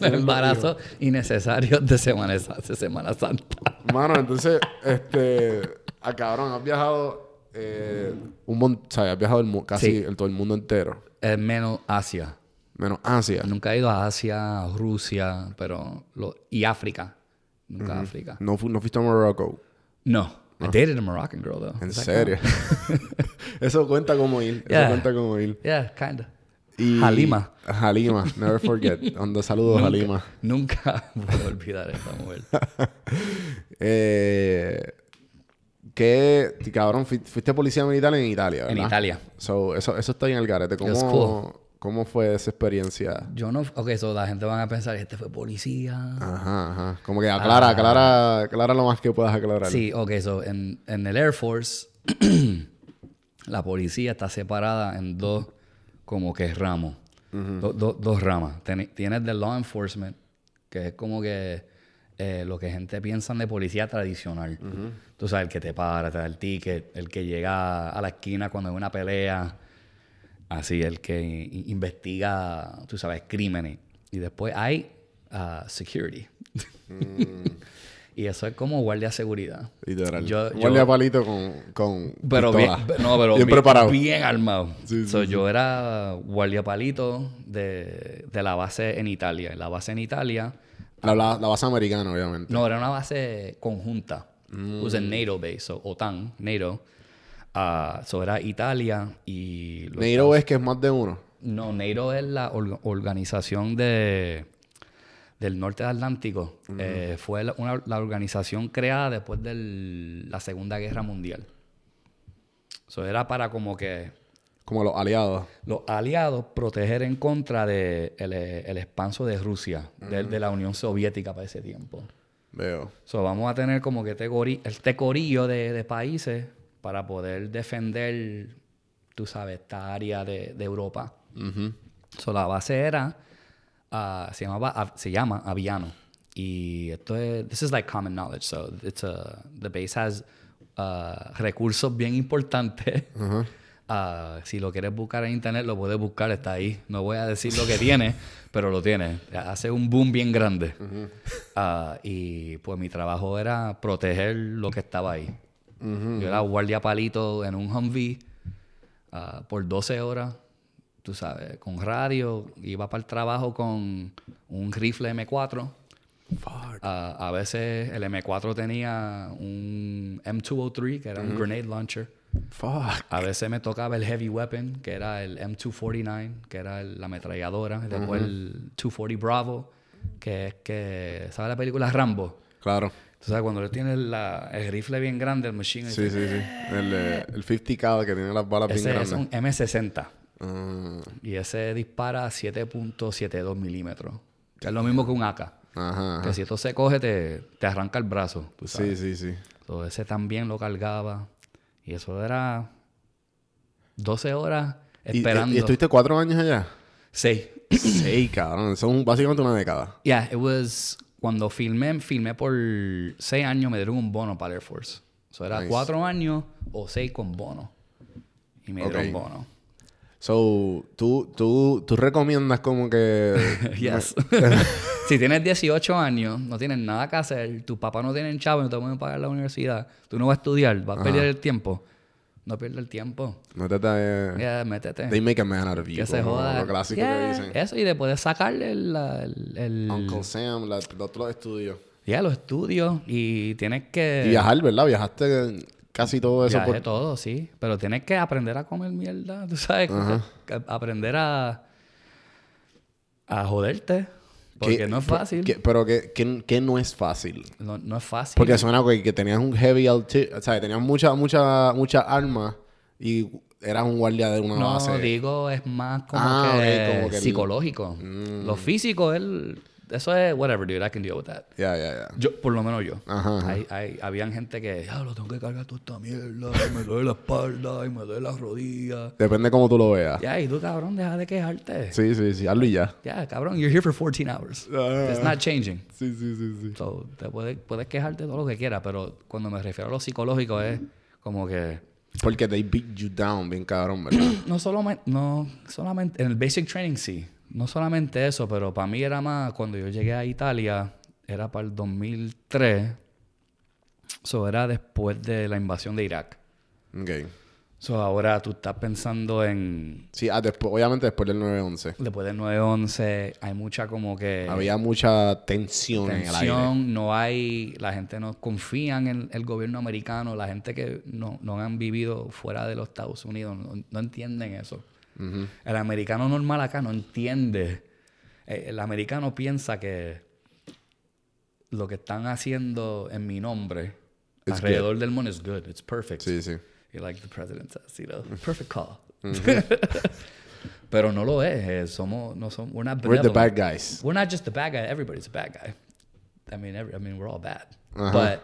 los embarazos innecesarios de Semana, de Semana Santa. Mano, entonces, este. A cabrón, has viajado. eh, un montón. O sea, has viajado el mu- casi Sí. el, todo el mundo entero. Es menos Asia. Menos ah, Asia. Nunca he ido a Asia, Rusia, pero lo, y África. Nunca África. No, fu- no fuiste a Morocco. No. I dated a Moroccan girl though. En Does that serio. Eso cuenta como ir. Eso Yeah. cuenta como ir. count? Yeah, kinda. Y- Halima. Halima. Never forget. Onda, saludos, Halima. Nunca voy a olvidar esta mujer. Eh, ¿Qué, cabrón, fui- fuiste policía militar en Italia, ¿verdad? en Italia. So, eso, eso está en el garete. ¿Cómo, It's cool. ¿Cómo fue esa experiencia? Yo no. Ok, so la gente van a pensar, este fue policía. Ah, Ajá, ajá. Como que aclara, aclara, aclara lo más que puedas aclarar. Ah. Sí, ok, so en, en el Air Force, la policía está separada en dos, como que ramos, Do- do- dos ramas. Teni- tienes de law enforcement que es como que eh, lo que gente piensa de policía tradicional. Tú sabes, el que te para, te da el ticket, el que llega a la esquina cuando hay una pelea, así, el que i- investiga, tú sabes, crímenes. Y después hay ah, security. y eso es como guardia de seguridad. Literal. Yo- yo- Guardia palito con. con Pero bien, pistola. no, pero bien bien, preparado. bien armado. Sí, sí, So, Yo era guardia palito de, de la base en Italia. La base en Italia, La, la- la base americana, obviamente. no, era una base conjunta. Mm. It was a NATO base, so OTAN, NATO. Ah, so era Italia y... los Negro es que es más de uno. no, NATO es la orga- organización de, del norte del Atlántico. Eh, fue la, una- la organización creada después de la Segunda Guerra Mundial. Eso era para como que Como los aliados. los aliados proteger en contra del el, eh, el expanso de Rusia, de, de la Unión Soviética para ese tiempo. Veo. So, vamos a tener como que este, gori- este corillo de, de países para poder defender, tú sabes, esta área de, de Europa. So, la base era, ah, se, llamaba, Av- se llama Aviano. Y esto es, this is like common knowledge. So, it's a, the base has ah, recursos bien importantes. Ah, si lo quieres buscar en internet, lo puedes buscar, está ahí. No voy a decir lo que tiene, pero lo tiene. Hace un boom bien grande. Ah, y pues mi trabajo era proteger lo que estaba ahí. Yo era guardia palito en un Humvee ah, por 12 horas, tú sabes, con radio. Iba para el trabajo con un rifle M4. Ah, a veces el M4 tenía un M203, que era un grenade launcher. Fuck. A veces me tocaba el heavy weapon, que era el M249, que era el- la ametralladora. y Después el 240 Bravo, que es que... ¿Sabes la película Rambo? Claro. Tú sabes, cuando él tiene la- el rifle bien grande, el machine... gun, Sí, sí, sí. El, eh, el 50K que tiene las balas bien ese es grandes. un M60. Ah, Y ese dispara 7.72 milímetros. Que es lo mismo que un AK. Ah, ajá. Que si esto se coge, te, te arranca el brazo. tú sabes. Sí, sí, eh, sí. Todo ese también lo cargaba. Y eso era 12 horas ¿Y- esperando. ¿Y, y estuviste cuatro años allá? Seis. Seis, cabrón. Eso es un- básicamente una década. Yeah, it was. Cuando filmé, filmé por seis años, me dieron un bono para Air Force. Eso era Nice. cuatro años o seis con bono. Y me dieron Ok. bono. So, tú, tú, tú recomiendas como que... Yes. si tienes 18 años, no tienes nada que hacer, tus papás no tienen chavo, no te pueden pagar la universidad, tú no vas a estudiar, vas a perder el tiempo. No pierdas el tiempo. No te... Eh. te- Yeah, métete. They make a man out of you. que se como joda. Lo clásico Yeah, que dicen. Eso, y después de sacarle el... el- el- Uncle Sam, la, los otros estudios. yeah, los estudios y tienes que... Y viajar, ¿verdad? Viajaste casi todo eso Viaje por... Eh, todo, sí. Pero tienes que aprender a comer mierda, tú sabes. como que- que aprender a... A joderte. Porque ¿Qué- no es por- fácil. qué- pero que, que- que no es fácil. No, no es fácil. Porque suena que, que tenías un heavy alti- O sea, que tenías mucha, mucha, mucha arma y eras un guardia de una No, base. digo, es más como, Ah, que, ok, como que el- Mm. psicológico. Lo físico, él, eso es whatever, dude. I can deal with that. Ya, ya, ya. Yo, por lo menos yo. Ajá, ajá. Hay, hay- habían gente que, ya lo tengo que cargar toda esta mierda, y me duele la espalda, y me duele las rodillas. Depende cómo tú lo veas. Ya, y tú, cabrón, deja de quejarte. Sí, sí, sí. Hazlo y ya. Ya, cabrón, you're here for 14 hours. Ah. It's not changing. Sí, sí, sí, sí. So, te puedes, puedes quejarte todo lo que quieras, pero cuando me refiero a lo psicológico es como que... Porque they beat you down, bien cabrón, ¿verdad? No solamente, no solamente, en el basic training sí, no solamente eso, pero para mí era más, cuando yo llegué a Italia, era para el 2003, eso era después de la invasión de Irak. ok. So ahora tú estás pensando en, Sí, ah, después, obviamente después del 9-11. después del 9-11, hay mucha como que Había mucha tensión, en el aire. tensión, no hay, la gente no confía en el gobierno americano, la gente que no, no han vivido fuera de los Estados Unidos no, no entienden eso. El americano normal acá no entiende. Eh, El americano piensa que lo que están haciendo en mi nombre It's alrededor del mundo es good, it's perfect. Sí, sí. You're like the president says, you know, perfect call. Pero no lo es. eh, Somos, no somos, we're not We're the benevolent. bad guys. We're not just the bad guy. Everybody's a bad guy. I mean, every- I mean, we're all bad. Ajá. But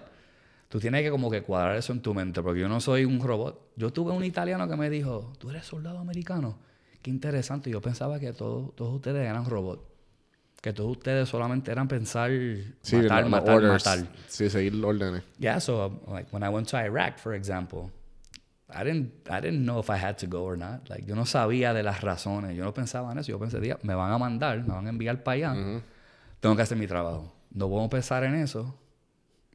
tú tienes que como que cuadrar eso en tu mente, porque yo no soy un robot. Yo tuve un italiano que me dijo, tú eres soldado americano. Qué interesante. Yo pensaba que todos, todos ustedes eran robots. que todos ustedes solamente eran pensar Sí, matar, la- la matar, orders. matar. Sí, seguir órdenes. Yeah, so like when I went to Iraq, for example, I didn't I didn't know if I had to go or not. Like yo no sabía de las razones, yo no pensaba en eso. Yo pensé, "Día, me van a mandar, me van a enviar para allá. Tengo que hacer mi trabajo. No puedo pensar en eso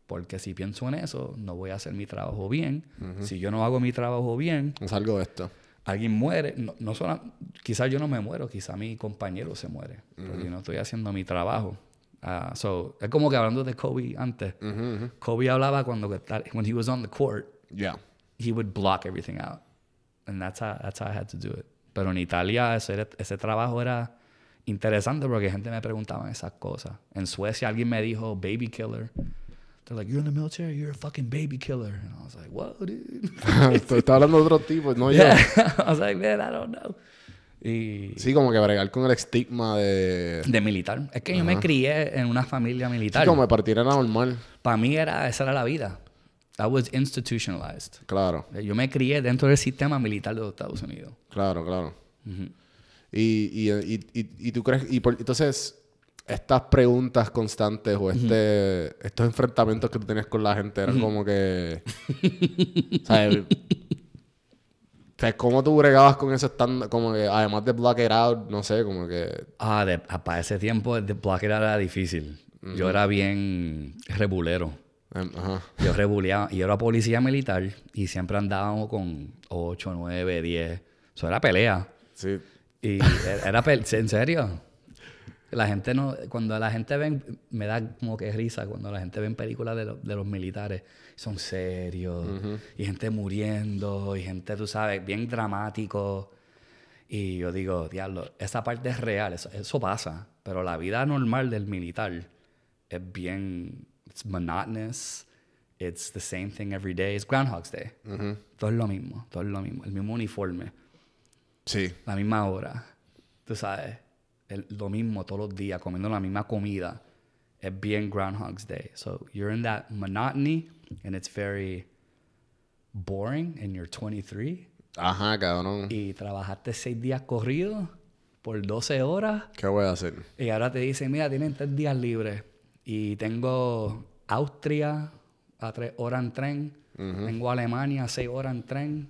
porque si pienso en eso, no voy a hacer mi trabajo bien. Si yo no hago mi trabajo bien, No salgo de esto. alguien muere, no, no sola- quizás yo no me muero, quizás mi compañero se muere, porque yo no estoy haciendo mi trabajo. Ah, so, es como que hablando de Kobe antes. Kobe hablaba cuando que tal- when he was on the court, Ya. he would block everything out. And that's how, that's how I had to do it. Pero en Italia ese, era- ese trabajo era interesante porque gente me preguntaba esas cosas. En Suecia alguien me dijo baby killer. They're like, you're in the military, you're a fucking baby killer. And I was like, whoa, dude. Estoy está hablando de otro tipo, no yo. Yeah. I was like, man, I don't know. Y Sí, como que bregar con el estigma de... de militar. Es que yo me crié en una familia militar. Sí, como de partir era normal. Para mí era, esa era la vida. I was institutionalized. Claro, Yo me crié dentro del sistema militar de los Estados Unidos. claro, claro. y, y, y, y- y tú crees... Y por- entonces, estas preguntas constantes o este, estos enfrentamientos que tú tenías con la gente eran como que... ¿Sabes? O sea, ¿Cómo tú bregabas con eso estando, como que, además de black it out, no sé, como que... Ah, de- ah, para ese tiempo el de bloque era difícil. Yo era bien rebulero. em, ajá. Yo rebuleaba. Yo era policía militar y siempre andábamos con 8, 9, 10. Eso era pelea. Sí. Y era- era pel- en serio. La gente no, cuando la gente ven, me da como que risa cuando la gente ven películas de, lo- de los militares, son serios, y gente muriendo, y gente, tú sabes, bien dramático. Y yo digo, diablo, esa parte es real, eso, eso pasa, pero la vida normal del militar es bien, it's monotonous, it's the same thing every day, it's Groundhog's Day. Todo es lo mismo, todo es lo mismo, el mismo uniforme Sí. la misma hora, tú sabes, el- lo mismo todos los días, comiendo la misma comida, es bien Groundhog's Day. So you're in that monotony and it's very boring and you're 23 Ajá, cabrón. y trabajaste seis días corridos por 12 horas ¿Qué voy a hacer? y ahora te dicen, mira, tienen tres días libres y tengo Austria a tres horas en tren, tengo Alemania a seis horas en tren,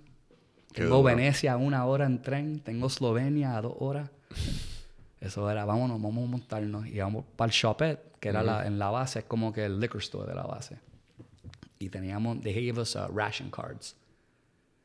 Qué tengo duro. Venecia a una hora en tren, tengo Eslovenia a dos horas. Eso era, vámonos, vamos a montarnos y vamos para el Shopet, que era la, en la base, es como que el liquor store de la base. Y teníamos, they gave us uh, ration cards.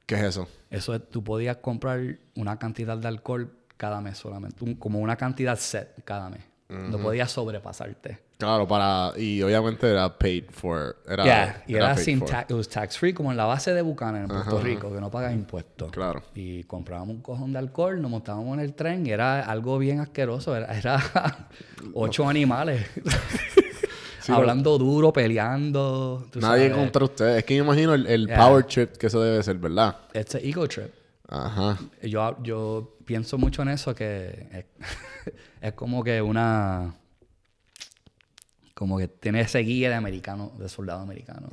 ¿Qué es eso? Eso es, tú podías comprar una cantidad de alcohol cada mes solamente, un- como una cantidad set cada mes. No podías sobrepasarte. Claro, para. Y obviamente era paid for. Era, Yeah, y era paid sin for. ta- it was tax free, como en la base de Buchanan en Puerto Rico, que no pagas impuestos. Claro. Y comprábamos un cojón de alcohol, nos montábamos en el tren y era algo bien asqueroso. Era, era ocho animales. Hablando duro, peleando. tú Nadie sabes. contra ustedes. Es que me imagino el, el Yeah. power trip que eso debe ser, ¿verdad? It's an Este ego trip. Ajá. Yo, yo pienso mucho en eso, que es, es como que una... Como que tiene ese guía de americano, de soldado americano.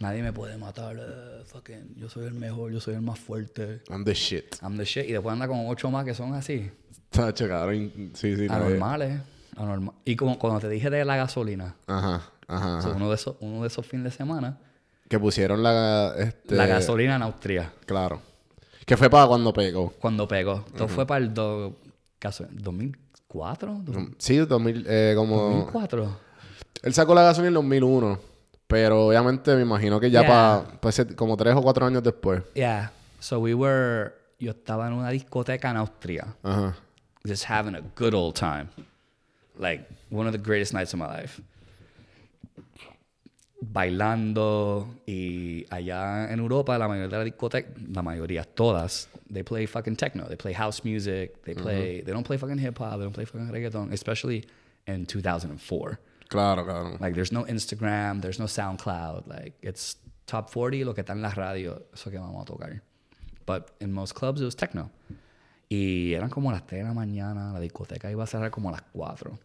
Nadie me puede matar. eh, fucking, yo soy el mejor, yo soy el más fuerte. I'm the shit. I'm the shit. Y después anda con ocho más que son así. Tacho, cabrón. Sí, sí, nadie- Anormales. anorma- Y como cuando te dije de la gasolina, Ajá, ajá. o ajá. sea, uno, de esos, uno de esos fines de semana, Que pusieron la. Este, la gasolina en Austria. Claro. Que fue para cuando pegó. Cuando pegó. Esto fue para el do- gaso- 2004, Sí, 2000. Eh, como. 2004. Él sacó la gasolina en 2001. Pero obviamente me imagino que ya Yeah. para. como tres o cuatro años después. Yeah. So we were. Yo estaba en una discoteca en Austria, Ajá. just having a good old time. Like, one of the greatest nights of my life. Bailando. Y allá en Europa, la mayoría de las discotecas, la mayoría, todas, they play fucking techno. They play house music. They play. They don't play fucking hip hop. They don't play fucking reggaeton, especially in 2004. Claro, cabrón. Like, there's no Instagram, there's no SoundCloud. Like, it's top 40, lo que está en la radio, eso que vamos a tocar. But in most clubs, it was techno. Y eran como las 3 de la mañana, la discoteca iba a cerrar como a las 4.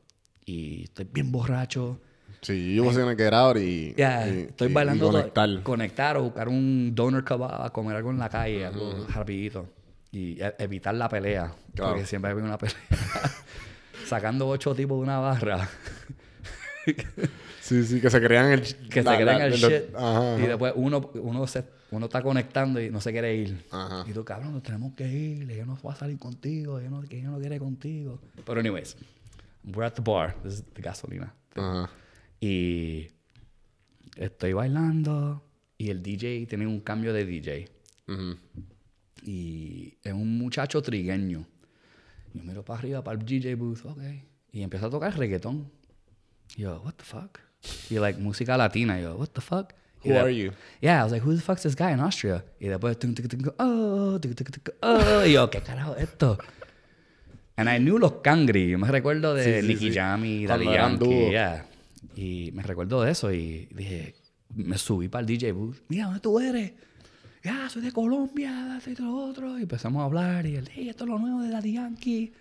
Y estoy bien borracho. Sí, yo was gonna get out y, Ya, y- estoy y- y bailando. todo- conectar. conectar o buscar un donor kebab, a comer algo en la calle, algo rapidito. Y e- evitar la pelea. Claro. Porque siempre había una pelea. sacando ocho tipos de una barra. Sí, sí, que se crean el... que la- se crean la- el lo- shit. Ajá, Y ajá. después uno, uno, se, uno está conectando y no se quiere ir. Ajá. Y tú, cabrón, nos tenemos que ir. Ella no va a salir contigo. Ella no, que ella no quiere contigo. Pero, anyways, we're at the bar. This is the gasolina. Ajá. Y estoy bailando. Y el DJ tiene un cambio de DJ. Ujú. Y es un muchacho trigueño. Yo miro para arriba, para el DJ booth, ok. Y empieza a tocar reggaetón. Y yo, what the fuck? Y like, música latina. Y yo, what the fuck? Y Who de- are you? Yeah, I was like, who the fuck's this guy in Austria? Y después, tung, tung, tung, oh, tung, tung, tung, oh. Y yo, ¿qué carajo es esto? And I knew los cangri. Yo me recuerdo de Sí, sí, Nicky sí. Jam y Daddy Cuando eran Yankee. dúo. yeah. Y me recuerdo de eso y dije, me subí para el DJ booth. Mira, ¿dónde tú eres? Ya, soy de Colombia, esto y lo otro. Y empezamos a hablar y él, hey, esto es lo nuevo de Daddy Yankee.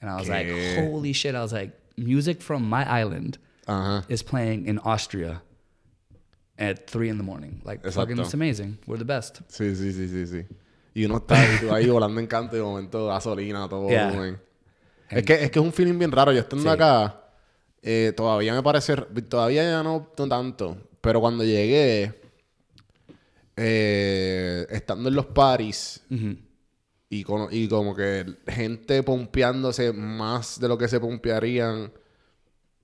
And I was ¿Qué? like, holy shit. I was like, music from my island Ajá. is playing in Austria at three in the morning. Like, fucking, Exacto. it's amazing. We're the best. Sí, sí, sí, sí, sí. Y uno está ahí, tú ahí volando en canto y de momento gasolina, todo Yeah. volumen. Es que, es que es un feeling bien raro. Yo estando acá, eh, todavía me parece... Todavía ya no no tanto. Pero cuando llegué, eh, estando en los paris y, cono- y como que gente pompeándose más de lo que se pompearían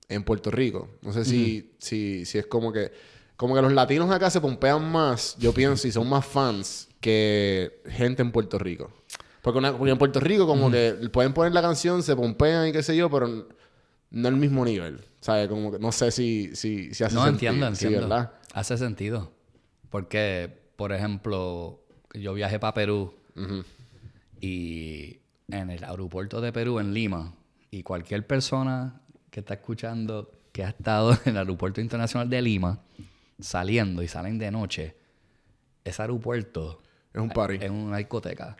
en Puerto Rico. No sé si, si, si es como que... Como que los latinos acá se pompean más, yo pienso, y son más fans que gente en Puerto Rico. Porque, una- porque en Puerto Rico como que pueden poner la canción, se pompean y qué sé yo, pero n- no al mismo nivel. ¿Sabes? Como que no sé si, si, si hace No, sentido. entiendo, Sí, entiendo. ¿verdad? Hace sentido. Porque, por ejemplo, yo viajé para Perú y en el aeropuerto de Perú, en Lima, y cualquier persona que está escuchando que ha estado en el aeropuerto internacional de Lima, saliendo y salen de noche, ese aeropuerto Es un party. es una discoteca.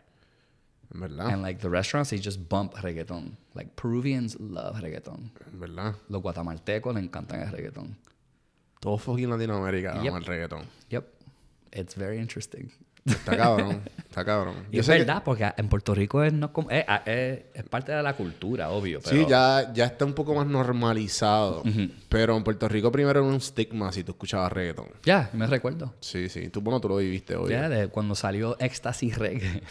En verdad. And like the restaurants, they just bump reggaeton. Like Peruvians love reggaeton. En verdad. Los guatemaltecos le encantan el reggaeton. Todo fucking Latinoamérica ama Yep. el reggaetón. Yep. It's very interesting. Está cabrón. está cabrón. Y es sé que- verdad, porque en Puerto Rico es, no es como- es- es- eh, es parte de la cultura, obvio. Pero Sí, ya, ya está un poco más normalizado. Pero en Puerto Rico primero era un estigma si tú escuchabas reggaetón. Ya, me recuerdo. Sí, sí. Tú, bueno, tú lo viviste hoy. Ya, de cuando salió Éxtasis Reggae.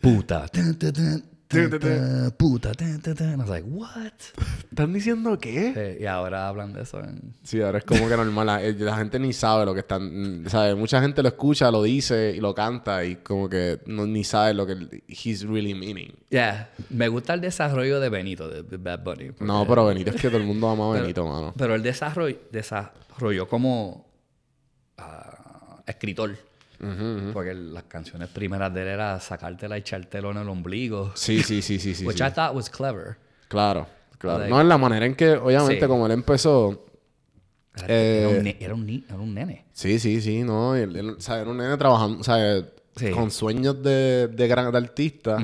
Puta. Tan, tan, tan, tan, tan, Puta. tan, tan, tan. I was like, what? ¿Están diciendo qué? Eh, Y ahora hablan de eso en... Sí, ahora es como que normal. La, eh, la gente ni sabe lo que están... mm, ¿sabes? Mucha gente lo escucha, lo dice y lo canta y como que no, ni sabe lo que el- he's really meaning. Yeah. Me gusta el desarrollo de Benito, de, de Bad Bunny. No, pero Benito, es que todo el mundo ama a Benito, mano. Pero él desarroll- desarrolló como ah, escritor. Porque las canciones primeras de él era sacártela y echártelo en el ombligo. Sí, sí, sí, sí, sí. which sí. I thought was clever. Claro, claro. Like- no, en la manera en que, obviamente, Sí. como él empezó... Era, Eh. era un, ne- era un ni- era un nene. Sí, sí, sí, no. Él, él, o sea, era un nene trabajando, o sea, Sí. con sueños de, de gran de artista.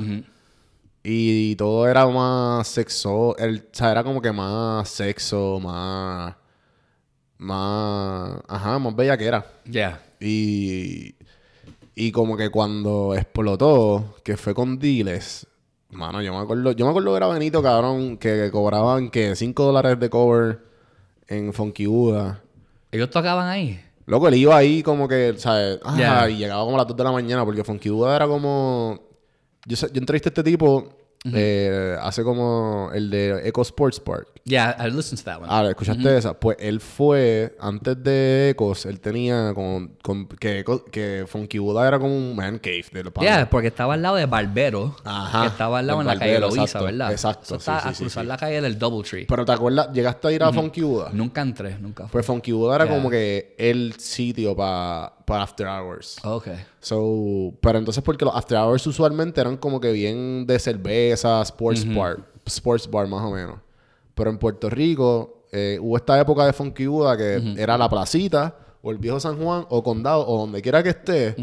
y, todo era más sexo. él, o sea, era como que más sexo, más. Más. Ajá, más bella que era. Yeah. Y. Y como que cuando explotó, que fue con Diles. Mano, yo me acuerdo. Yo me acuerdo que era Benito, cabrón, que cobraban que 5 dólares de cover en Funky Buda. Ellos tocaban ahí. Loco, él iba ahí como que, ¿sabes? Ah, Ya. y llegaba como a las 2 de la mañana porque Funky Duda era como... Yo, sa- yo entrevisté a este tipo eh, hace como el de Eco Sports Park. Yeah, I listened to that one. Ahora, ¿escuchaste esa? Pues él fue, antes de Ecos, él tenía con, con- que, Eco- que Funky Buda era como un man cave de los panas. yeah, porque estaba al lado de Barbero. Ajá, Que estaba al lado de en la calle Barbero, Loiza, exacto, ¿verdad? exacto, Eso está sí, sí, a sí, cruzar sí. la calle del Doubletree. Pero ¿te acuerdas? ¿Llegaste a ir a Funky Buda? Nunca entré, nunca fue. Pues Funky Buda era Ya. como que el sitio para After Hours. Ok. So, pero entonces porque los after hours usualmente eran como que bien de cerveza, sports bar, sports bar más o menos. Pero en Puerto Rico eh, hubo esta época de Funky Buda que era la placita o el viejo San Juan o condado o donde quiera que esté.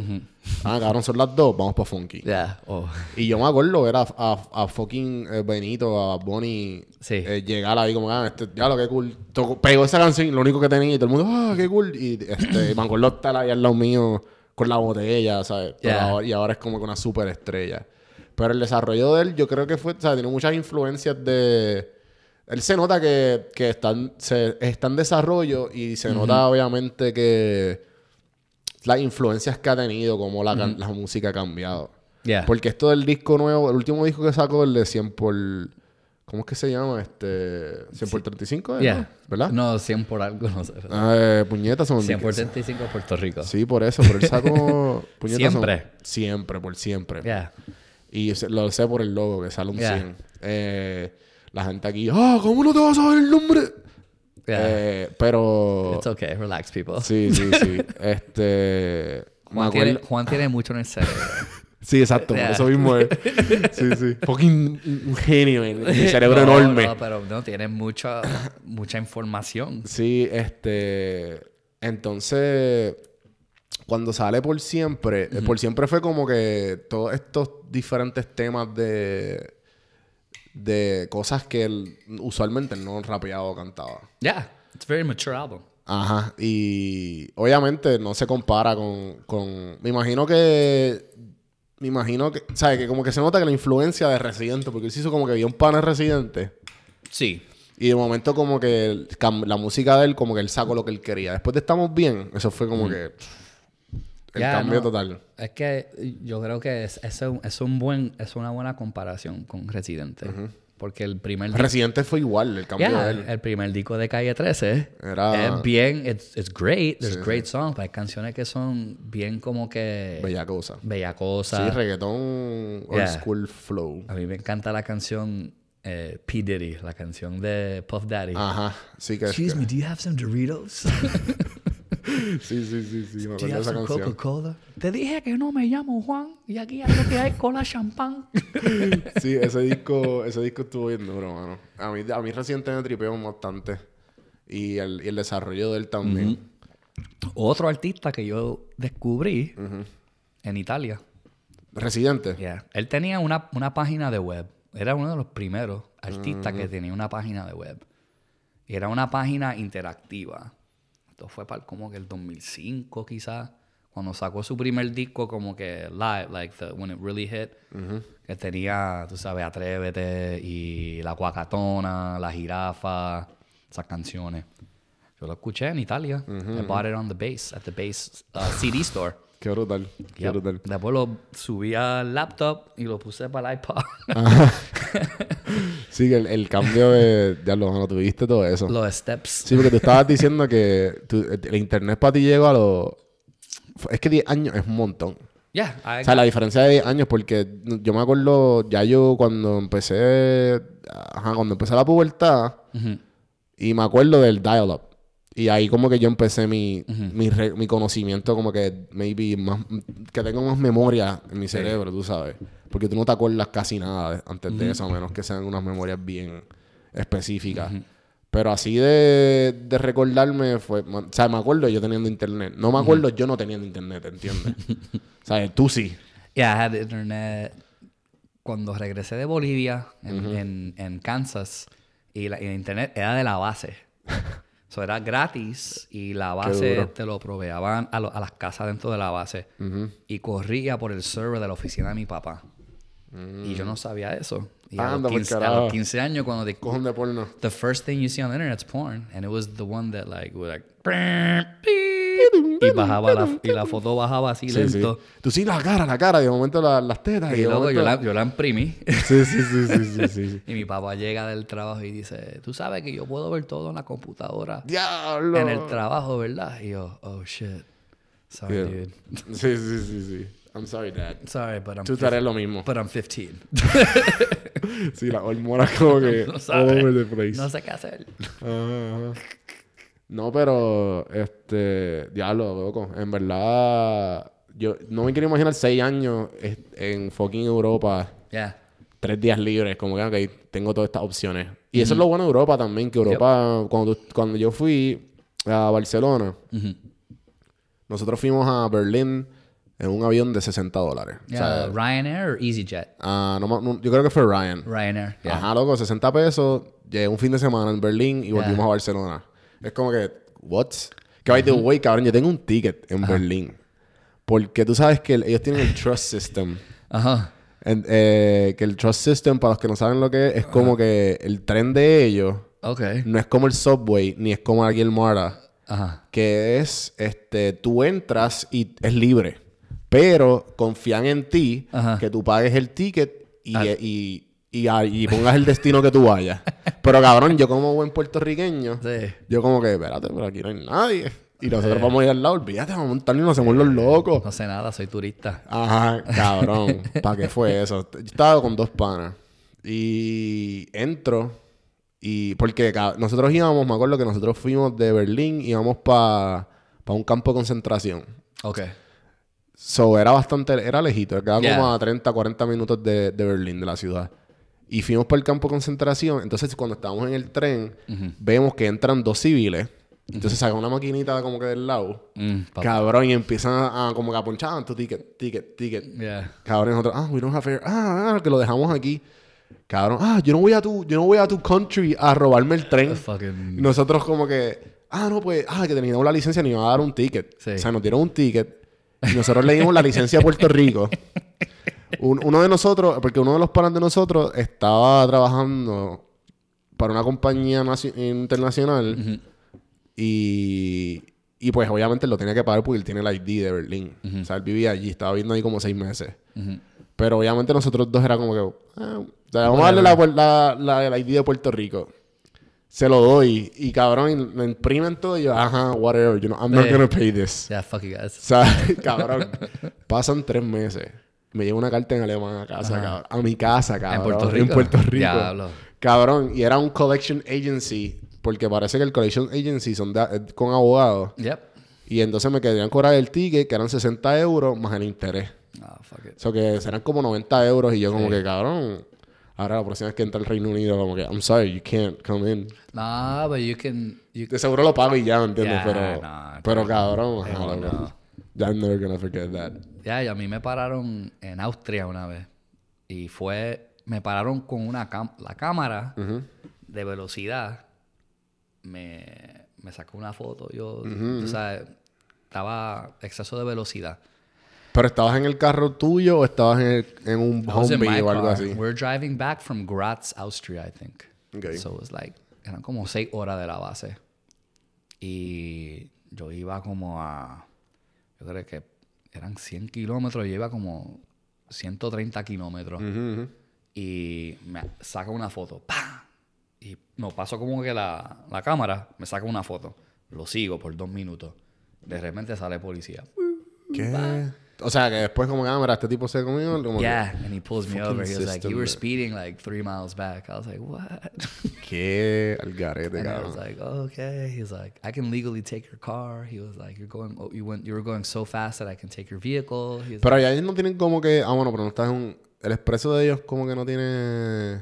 Ah, cabrón, son las dos, vamos para Funky. Yeah. Oh. Y yo me acuerdo ver a, a- a fucking eh, Benito, a Bonnie Sí. llegar ahí como, ah, este, ya lo que cool. Tocó- pegó esa canción, lo único que tenía y todo el mundo, ah, qué cool. Y este, me acuerdo estar ahí al lado mío con la botella, ¿sabes? Pero Yeah. ahora- y ahora es como que una super estrella. Pero el desarrollo de él, yo creo que fue, o sea, tiene muchas influencias de. Él se nota que, que están, se, está en desarrollo y se nota obviamente que las influencias que ha tenido, como la, can- la música ha cambiado. Yeah. Porque esto del disco nuevo, el último disco que sacó, el de 100 por... ¿Cómo es que se llama? Este... 100 por 35, ¿eh? Yeah. ¿verdad? No, 100 por algo, no sé. Ah, eh, puñetas son... 100 por 35 Puerto Rico. Sí, por eso, pero él sacó... puñetas Siempre. Siempre, por siempre. Yeah. Y se- lo sé por el logo, que sale un Yeah. 100. Eh, la gente aquí, ¡ah! ¿Cómo no te vas a saber el nombre? Yeah. Eh, pero... It's okay, relax, people. Sí, sí, sí. este... me Juan, tiene, acuerdo- Juan tiene mucho en el cerebro. Sí, exacto. Yeah. Por eso mismo es. Sí, sí. Fucking un genio, el cerebro No, enorme. No, pero no, tiene mucha, mucha información. Sí, este. Entonces, cuando sale por siempre, eh, por siempre fue como que todos estos diferentes temas de. de cosas que él usualmente no rapeaba o cantaba. Yeah, it's a very mature album. Ajá. Y obviamente no se compara con. con me imagino que. Me imagino que. ¿Sabes? Que como que se nota que la influencia de Residente, porque él se hizo como que vio un pana de Residente. Sí. Y de momento como que el cam- la música de él, como que él sacó lo que él quería. Después de Estamos Bien, eso fue como que... El Mm. Ya, cambio no. total. Es que yo creo que es, es, un- es un buen, es una buena comparación con Residente. Porque el primer disco- Residente fue igual, el cambio Yeah, de él. el primer disco de Calle 13 Era- es bien, it's, it's great, there's great songs, pero hay canciones que son bien como que Bella cosa. bellacosa. sí, reggaetón, old Yeah. school flow. A mí me encanta la canción eh, P. Diddy, la canción de Puff Daddy. Ajá. Sí que es... Excuse que- me, do you have some Doritos? Sí, sí, sí, sí. Me do acuerdo you de have esa some canción. Coca-Cola? Te dije que no me llamo Juan y aquí hay lo que hay cola champán. Sí, ese disco, ese disco estuvo bien duro, mano. A mí, a mí Residente me tripeó bastante. Y el, y el desarrollo de él también. Otro artista que yo descubrí en Italia. Residente. Yeah. Él tenía una, una página de web. Era uno de los primeros artistas que tenía una página de web. Y era una página interactiva. Esto fue para como que el 2005 quizás, cuando sacó su primer disco como que live, like the, when it really hit, que tenía, tú sabes, Atrévete y La Guacatona, La Jirafa, esas canciones. Yo lo escuché en Italia. I bought it on the base, at the base uh, CD store. Qué brutal. Qué Yep. brutal. Después lo subí al laptop y lo puse para el iPod. Ah. Sí, que el, el cambio de... Ya lo mano, tuviste todo eso. Los steps. Sí, porque tú estabas diciendo que tú- el internet para ti llegó a los... Es que 10 años es un montón. Yeah, I- O sea, la diferencia de 10 años, porque yo me acuerdo, ya yo cuando empecé, ajá, cuando empecé la pubertad, y me acuerdo del dial-up. Y ahí como que yo empecé mi, mi, re- mi conocimiento como que maybe más, que tengo más memoria en mi cerebro, tú sabes. Porque tú no te acuerdas casi nada de- antes de eso, a menos que sean unas memorias bien específicas. Pero así de, de recordarme fue... ma- O sea, me acuerdo yo teniendo internet. No me acuerdo yo no teniendo internet, ¿entiendes? o sea, tú sí. yeah, I had internet. Cuando regresé de Bolivia, en, en- en Kansas, y la- y el internet era de la base. Eso era gratis y la base duro. te lo proveaban a, lo- a las casas dentro de la base. Y corría por el server de la oficina de mi papá. Y yo no sabía eso. Y a, Mm. Anda, los por 15, a los carajo. 15 años, cuando te, Cojón de porno. the first thing you see on the internet is porn, and it was the one that like was like y bajaba la, y la foto bajaba así Sí, sí. lento. Tú sí, la cara, la cara. De momento la- las tetas. Y de luego yo momento- la, yo la imprimí Sí, sí, sí, sí, sí, sí, sí. y mi papá llega del trabajo y dice, tú sabes que yo puedo ver todo en la computadora ¡Diablo! en el trabajo, ¿verdad? Y yo, oh shit, sorry Yeah. dude, Sí, sí, sí, sí. I'm sorry, dad. sorry, but I'm Tú te harás lo mismo. but I'm 15, Sí, la hormona como que No all sabe. over the place. no sé qué hacer. Ajá, ajá. No, pero este, diablo, loco. En verdad, yo no me quiero imaginar seis años es- en fucking Europa, Yeah, tres días libres, como que ok, tengo todas estas opciones. Y eso es lo bueno de Europa también, que Europa, cuando, tú- cuando yo fui a Barcelona, nosotros fuimos a Berlín en un avión de 60 dólares. O yeah. sea, Ryanair or EasyJet, ah, no me- no- yo creo que fue Ryan. Ryanair, yeah. Ajá, loco, 60 pesos. Llegué un fin de semana en Berlín y volvimos a Barcelona. Es como que, what? Que by the way, cabrón, yo tengo un ticket en Berlín. Porque tú sabes que el- ellos tienen el trust system. ajá, En- eh, que el Trust System, para los que no saben lo que es, es como que el tren de ellos Ok. no es como el Subway ni es como aquí el Mara, Ajá. que es, este, tú entras y es libre, pero confían en ti Ajá. que tú pagues el ticket y, y- y- y pongas el destino que tú vayas. Pero cabrón, yo como buen puertorriqueño, Sí. yo como que, espérate, pero aquí no hay nadie. Y nosotros vamos a ir al lado, olvídate, vamos a montarnos y nos hacemos los locos. No sé nada, soy turista. Ajá, cabrón. ¿Para qué fue eso? Yo estaba con dos panas. Y entro. Y porque ca- nosotros íbamos, me acuerdo que nosotros fuimos de Berlín y íbamos para un campo de concentración. Ok. So, era bastante, era lejito, quedaba Yeah. como a 30, 40 minutos de, de Berlín, de la ciudad. Y fuimos para el campo de concentración. Entonces, cuando estábamos en el tren, vemos que entran dos civiles. Entonces, sacan una maquinita como que del lado. Mm, pa- Cabrón, y empiezan a, a como que a ponchar, "Ah, tu ticket, ticket, ticket. Yeah. Cabrón, nosotros, ah, we don't have air. Ah, ah, que lo dejamos aquí. Cabrón, ah, yo no voy a tu, yo no voy a tu country a robarme el tren. Y Fucking. Nosotros como que, ah, no, pues, ah, que teníamos la licencia, ni iban a dar un ticket. Sí. O sea, nos dieron un ticket. Y nosotros le dimos la licencia a Puerto Rico. Un- uno de nosotros, porque uno de los panas de nosotros estaba trabajando para una compañía naci- internacional. Y, y pues obviamente lo tenía que pagar porque él tiene el ID de Berlín. O sea, él vivía allí, estaba viviendo ahí como seis meses. Mm-hmm. Pero obviamente nosotros dos era como que, "Ah, o sea, vamos a darle la, puer- la- la- el ID de Puerto Rico. Se lo doy y cabrón, y lo imprimen todo y yo, ajá, whatever, you know, I'm not Sí. gonna pay this. Yeah, fuck you O guys. sea, cabrón, pasan tres meses. Me llevo una carta en alemán a casa, cabrón. A mi casa, cabrón. Puerto Rico. En Puerto Rico. Diablo. Cabrón, y era un collection agency, porque parece que el collection agency son de- eh, con abogados. Yep. Y entonces me querían cobrar el ticket, que eran 60 euros más el interés. Ah, fuck O it. sea, que serán como 90 euros. Y yo, como que, cabrón. Ahora la próxima vez que entra el Reino Unido, como que, I'm sorry, you can't come in. Nah, but you can. You... De seguro lo pago y ya, ¿me entiendes? Ya, pero, no, pero cabrón, ajá, no, loco. no. I'm never gonna forget that. Ya, y a mí me pararon en Austria una vez. Y fue. Me pararon con una cam- la cámara de velocidad. Me, me sacó una foto. Yo, tú sabes, estaba exceso de velocidad. ¿Pero estabas en el carro tuyo o estabas en, el- en un I was in my homie o algo car. así? We're driving back from Graz, Austria, I think. Ok. So it was like, eran como seis horas de la base. Y yo iba como a, yo creo que eran 100 kilómetros, yo iba como 130 kilómetros. Y me saca una foto, ¡pam! Y no, paso como que la, la cámara, me saca una foto. Lo sigo por dos minutos. De repente sale policía. ¿Qué? O sea, que después, como, ah, mira, este tipo se comió. Como que, Yeah, and he pulls me over. He was like, system, "You were bro." speeding like three miles back." I was like, "What?" ¿Qué? Al garete, And I was cabrón. like, "Okay." He was like, "I can legally take your car." He was like, "You're going. Oh, you went. You were going so fast that I can take your vehicle." He was Pero allá ellos no tienen como que. Ah, bueno, pero no estás en un. El expreso de ellos, como que no tiene.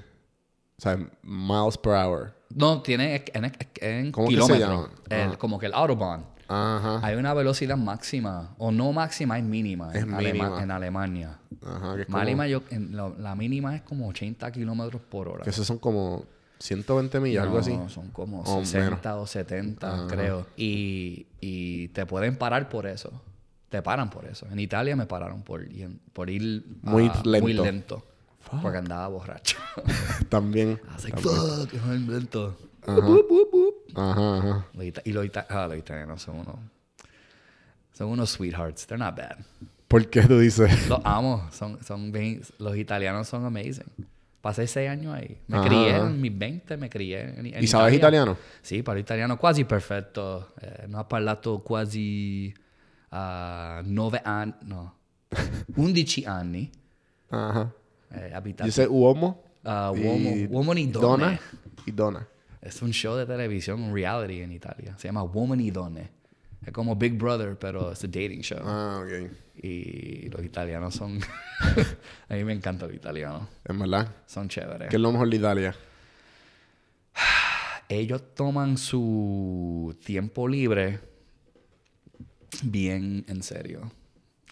O sea, miles per hour. no tiene en, en- en ¿Cómo que se kilómetros. llama? El- como que el autobahn. Ajá. Hay una velocidad máxima o no máxima, es mínima. Es en, Alema- mínima. en Alemania. Ajá, que es como. Mínima, yo, en lo- la mínima es como 80 kilómetros por hora. Que esos son como 120 millas, algo No, así. Son como O 60 o 70, creo. Y, y te pueden parar por eso. Te paran por eso. En Italia me pararon por, ir- por ir ah, Muy muy lento. lento. Porque andaba borracho. También. Así, fuck, es muy lento. Ajá, ajá. Los ita- y los, ita- ah, los italianos son unos... Son unos sweethearts. They're not bad. ¿Por qué tú dices? Los amo. Son, son bien- los italianos son amazing. Pasé seis años ahí. Me Ajá. crié en mis 20, me crié en, en ¿Y sabes italiano? Sì, parlo italiano quasi perfetto. Eh, ne ho parlato quasi a 9 anni, no, 11 anni. Ajá. Eh, abitato. Yo sé uomo. Ah, y uomo, uomo ni donne. Dona. Y dona. È un show di televisione, un reality in Italia. Si chiama Woman e Donne. È come Big Brother, però è un dating show. Ah, ok. Y los italianos son... a mí me encanta los italianos. Es verdad. Son chéveres. ¿Qué es lo mejor de Italia? ellos toman su tiempo libre bien en serio.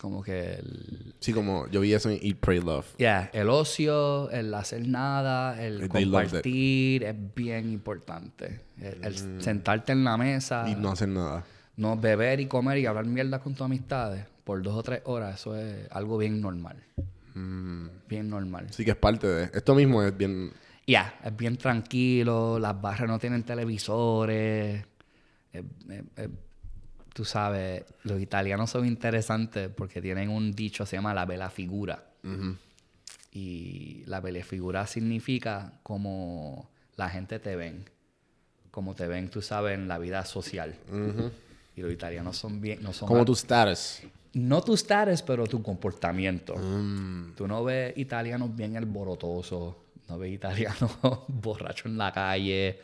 Como que el, Sí, como yo vi eso en Eat, Pray, Love. yeah, el ocio, el hacer nada, el They loved it. compartir es bien importante. El, el sentarte en la mesa, Mm. Y no no. hacen nada. beber y comer y hablar mierda con tus amistades por dos o tres horas, eso es algo bien normal. Mm. Bien normal. Sí que es parte de... Esto mismo es bien... Ya, es bien tranquilo, las barras no tienen televisores. eh, eh, eh, tú sabes, los italianos son interesantes porque tienen un dicho, se llama la bella figura. Y la bella figura significa como la gente te ven, como te ven, tú sabes, en la vida social. Y los italianos son bien, no son Como tu status. no tus tares, pero tu comportamiento. Mm. Tú no ves italianos bien alborotosos, no ves italianos borrachos en la calle,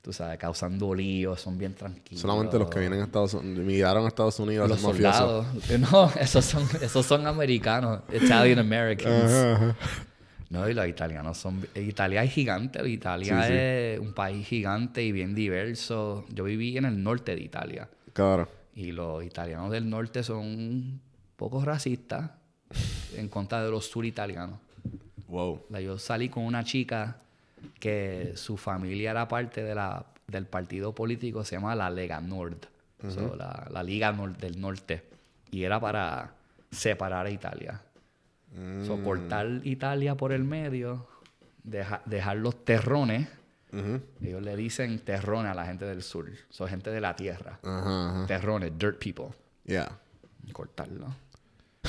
tú sabes, causando líos, son bien tranquilos. Solamente los que vienen a Estados Unidos, migraron a Estados Unidos a Los ser mafiosos. soldados. No, esos son, esos son americanos, Italian Americans. No, y los italianos son... Italia es gigante, Italia Sí, sí. es un país gigante y bien diverso. Yo viví en el norte de Italia. Claro. Y los italianos del norte son un poco racistas en contra de los suritalianos. Wow. La- Yo salí con una chica que su familia era parte de la, del partido político, se llama la Lega Nord, o sea, la, la Liga Nor- del Norte. Y era para separar a Italia. Soportar Italia por el medio, deja- dejar los terrones. Ellos le dicen terrones a la gente del sur. Son gente de la tierra. Ajá, ajá. Terrones, dirt people Yeah. cortarlo.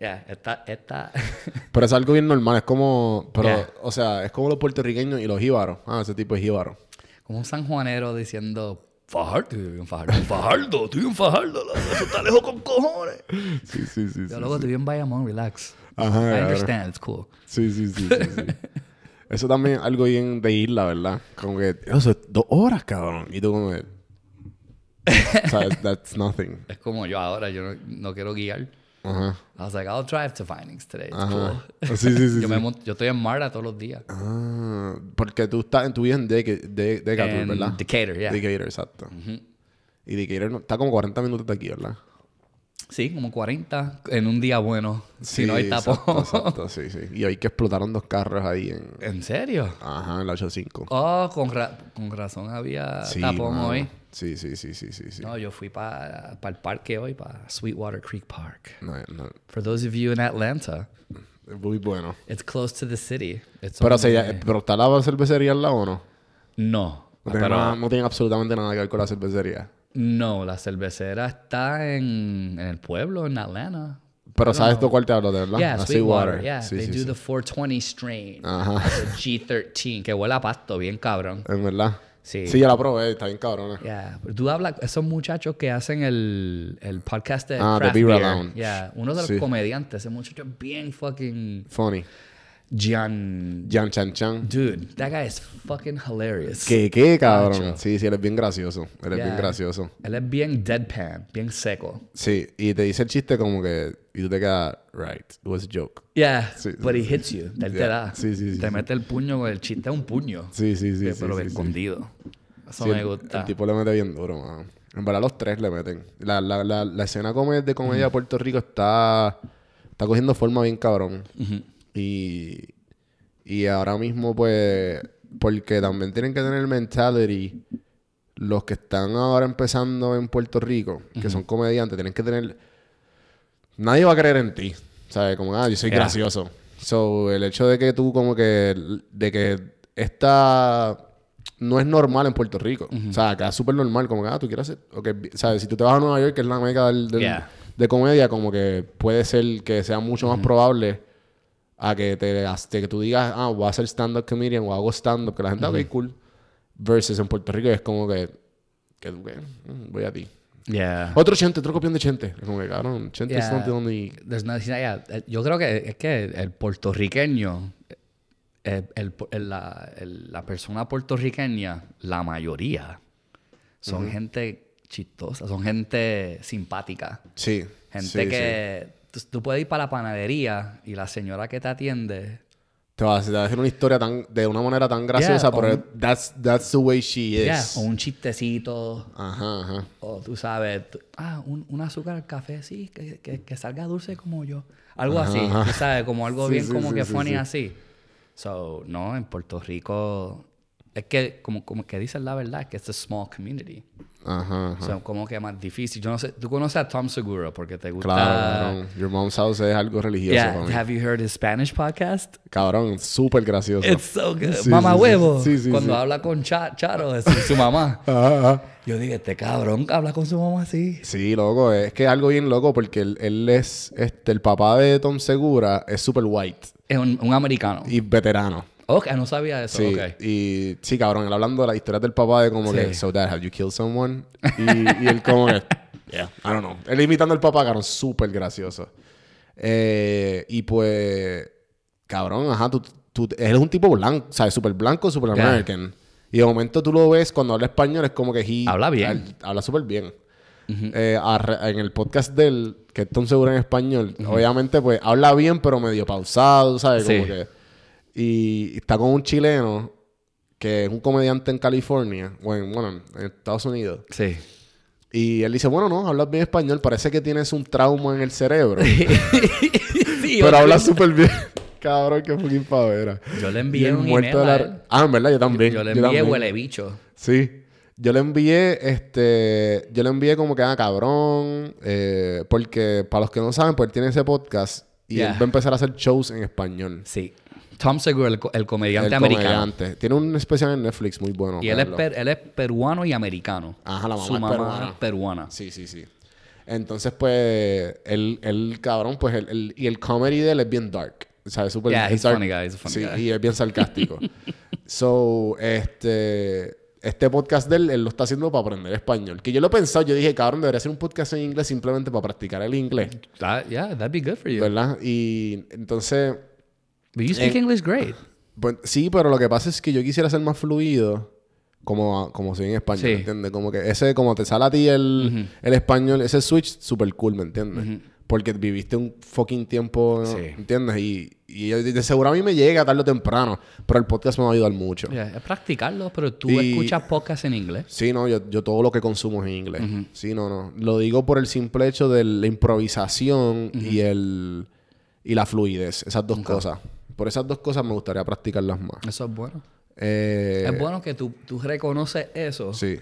Ya, esta, esta. Pero es algo bien normal. Es como... Pero, Yeah. o sea, es como los puertorriqueños y los jíbaros. Ah, ese tipo es jíbaro. Como un sanjuanero diciendo. Fajardo, yo vivo en Fajardo. Fajardo, estoy en Fajardo. la- Eso está lejos con cojones. Sí, sí, sí. Yo luego estoy en Bayamón, relax. Ajá, I ya, understand, it's cool. Sí, sí, sí, sí, sí. Eso también es algo bien de isla, ¿verdad? Como que, eso es dos horas, cabrón. Y tú como que... o sea, that's nothing. Es como yo ahora, yo no, no quiero guiar. Ajá. I was like, I'll drive to findings today. It's Ajá. cool. Sí, sí, sí. sí. yo, me mont- yo estoy en Marta todos los días. Ah, porque tú estás en tu vida en Deca- de, Decatur, En ¿verdad? Decatur, yeah. Decatur, exacto. Y Decatur no- está como 40 minutos de aquí, ¿verdad? Sí, como 40 en un día bueno. si no hay tapón. exacto, exacto, sí, sí. Y hoy que explotaron dos carros ahí en... ¿En serio? Ajá, en la 85. Oh, con, ra- con razón había sí, tapón mano. hoy. Sí, sí, sí, sí, sí, sí. No, yo fui para el parque hoy, para Sweetwater Creek Park. No, no. For those of you in Atlanta, Es muy bueno. it's close to the city. It's Pero, on se, the- pero está la cervecería al lado, ¿o ¿no? No, No tiene, nada- Ah, pero no tiene absolutamente nada que ver con la cervecería. no, la cervecera está en, en el pueblo, en Atlanta. Pero sabes de cuál te hablo, de verdad. Yeah, La Sweetwater. Yeah, Sí, they sí, do sí. the 420 strain. Ajá. the G13, que huele a pasto, bien cabrón. En verdad. Sí. Sí, yo la probé. Está bien cabrona. Yeah, pero tú hablas, esos muchachos que hacen el, el podcast de Ah, The Craft Beer Beer. Lounge. Yeah, uno de los Sí. comediantes, ese muchacho es bien fucking Funny. Gian Jan Chan Chan. Dude, that guy is fucking hilarious. ¿Qué, qué, cabrón? Cacho. Sí, sí, él es bien gracioso. Él es bien Yeah. gracioso. Él es bien deadpan, bien seco. Sí, y te dice el chiste como que... Y tú te quedas... Right, it was a joke. Yeah, Sí, sí, but he hits you. Él te Yeah. da. Sí, sí, sí, te sí. mete el puño con el chiste, es un puño. Sí, sí, sí. Eh, sí, pero sí, sí. escondido. Eso Sí, me el- gusta. El tipo le mete bien duro, mano. En verdad, los tres le meten. La, la, la, la escena come- de comedia de Puerto Rico está, está cogiendo forma bien cabrón. y, y ahora mismo, pues, porque también tienen que tener el mentality. Los que están ahora empezando en Puerto Rico, que son comediantes, tienen que tener. Nadie va a creer en ti. ¿Sabes? Como, ah, yo soy Yeah. gracioso. So, el hecho de que tú, como que. De que esta. No es normal en Puerto Rico. O sea, acá es súper normal. Como que, ah, tú quieres hacer. ok, bi- ¿Sabes? Si tú te vas a Nueva York, que es la meca del, del- Yeah. de comedia, como que puede ser que sea mucho más probable a que te a que tú digas, ah, voy a ser stand-up comedian o hago stand-up, que la gente, ok, cool. Versus en Puerto Rico es como que. que tú, ¿qué? Mm, voy a ti. yeah. Otro chente, otro copión de chente. Como que, cabrón, chente es Ah. Yeah. not the only- There's no- yeah, eh, Yo creo que es que el puertorriqueño, eh, el- el- la, el- la persona puertorriqueña, la mayoría, son gente chistosa, son gente simpática. Sí. Gente sí, sí. que tú, tú puedes ir para la panadería y la señora que te atiende. Te vas, te vas a hacer una historia tan, de una manera tan graciosa, Yeah, pero o that's, that's the way she is. ya, o un chistecito. Ajá, ajá. O tú sabes, tú- ah, un, un azúcar al café, sí, que, que- que salga dulce como yo. Algo así, tú sabes, como algo Sí, bien sí, como sí, que sí, funny sí. así. So, no, en Puerto Rico Es que, como, como que dicen la verdad, que es a small community. Ajá, ajá. O sea, como que más difícil. Yo no sé, tú conoces a Tom Segura porque te gusta... Claro, cabrón. Your Mom's House es algo religioso Yeah, para mí. have you heard his Spanish podcast? Cabrón, súper gracioso. It's so good. Sí, mamá sí, sí. huevo. Sí, sí, Cuando sí. habla con Cha- Charo, es su Ah, mamá. Yo dije, este cabrón habla con su mamá así. Sí, loco, es que es algo bien loco porque él, él es, este, el papá de Tom Segura es súper white Es un, un americano. y veterano. Ok, no sabía eso. Sí, ok. y sí, cabrón, él hablando de la historia del papá de como Sí. que, so dad, have you killed someone? Y, y él como que, yeah, I don't know. Él imitando al papá, cabrón, súper gracioso. Eh, y pues, cabrón, ajá, tú, tú- él es un tipo blanco, ¿sabes? Súper blanco, súper Yeah. American. Y de momento tú lo ves cuando habla español, es como que he- Habla bien. él habla súper bien. Eh, arre- en el podcast del que es Tom Segura en español, obviamente, pues habla bien, pero medio pausado, ¿sabes? Como Sí. que. Y está con un chileno que es un comediante en California, o en, bueno, en Estados Unidos. Sí. Y él dice, bueno, no, hablas bien español, parece que tienes un trauma en el cerebro. Sí, pero yo- hablas súper bien. Cabrón, qué fucking pavera. Yo le Y envié el un muerto email de a la- él. Ah, en verdad, yo también. Yo le envié también. huele bicho. Sí. Yo le envié, este, yo le envié como que, ah, cabrón, eh, porque para los que no saben, pues él tiene ese podcast y Yeah. él va a empezar a hacer shows en español. Sí. Tom Segura, el, co- el comediante El americano. comediante. Tiene un especial en Netflix muy bueno. Y él es, véanlo. per- él es peruano y americano. Ajá, la mamá Su es mamá peruana. es peruana. Sí, sí, sí. Entonces, pues, el, el cabrón, pues, el, el- y el comedy de él es bien dark. O sea, es súper... Yeah, es he's dark. funny guy, he's a funny sí, guy. y es bien sarcástico. so, este... Este podcast de él, él lo está haciendo para aprender español. Que yo lo he pensado, yo dije, cabrón, debería hacer un podcast en inglés simplemente para practicar el inglés, That- yeah, that'd be good for you. ¿verdad? Y entonces, But you eh, speak English great. pues, sí, pero lo que pasa es que yo quisiera ser más fluido como, como soy en español, Sí. ¿me ¿entiendes? Como que ese, como te sale a ti el, el español, ese switch, súper cool, ¿me entiendes? Porque viviste un fucking tiempo, ¿no? Sí. ¿entiendes? Y, y yo- de seguro a mí me llega tarde o temprano, pero el podcast me va a ayudar mucho. Yeah, es practicarlo, pero tú Y- escuchas podcasts en inglés. Sí, no, yo, yo todo lo que consumo es en inglés. Sí, no, no. Lo digo por el simple hecho de la improvisación y el y la fluidez, esas dos cosas. Por esas dos cosas me gustaría practicarlas más. Eso es bueno. Eh, es bueno que tú, tú reconoces eso Sí.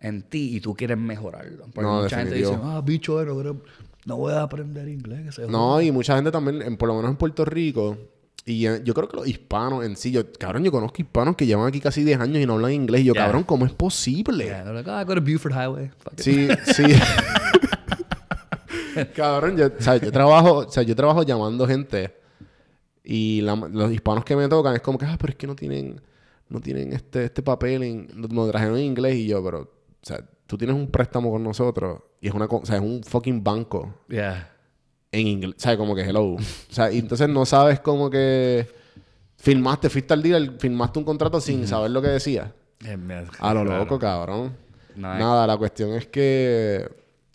en ti y tú quieres mejorarlo. Porque No, mucha gente dice, definitivo. ah, bicho, eh, no, creo- no voy a aprender inglés. que se No, y mucha gente también, en- por lo menos en Puerto Rico, y eh, yo creo que los hispanos en sí, yo, cabrón, yo conozco hispanos que llevan aquí casi 10 años y no hablan inglés. Y yo, Yeah. cabrón, ¿cómo es posible? joda". Yeah, they're like, "Ah, I go to Buford Highway. Fuck it. Sí, sí. cabrón, yo, o sea, yo trabajo, o sea, yo trabajo llamando gente y la- los hispanos que me tocan es como que, ah, pero es que no tienen, no tienen este, este papel, en, lo, lo trajeron en inglés y yo, pero, o sea, tú tienes un préstamo con nosotros y es una, co- o sea, es un fucking banco Yeah. en inglés. ¿Sabes? Como que hello. O sea, y entonces no sabes como que firmaste, fuiste al dealer, firmaste un contrato sin saber lo que decía. Eh, me- A lo claro. loco, cabrón. No hay- Nada, la cuestión es que...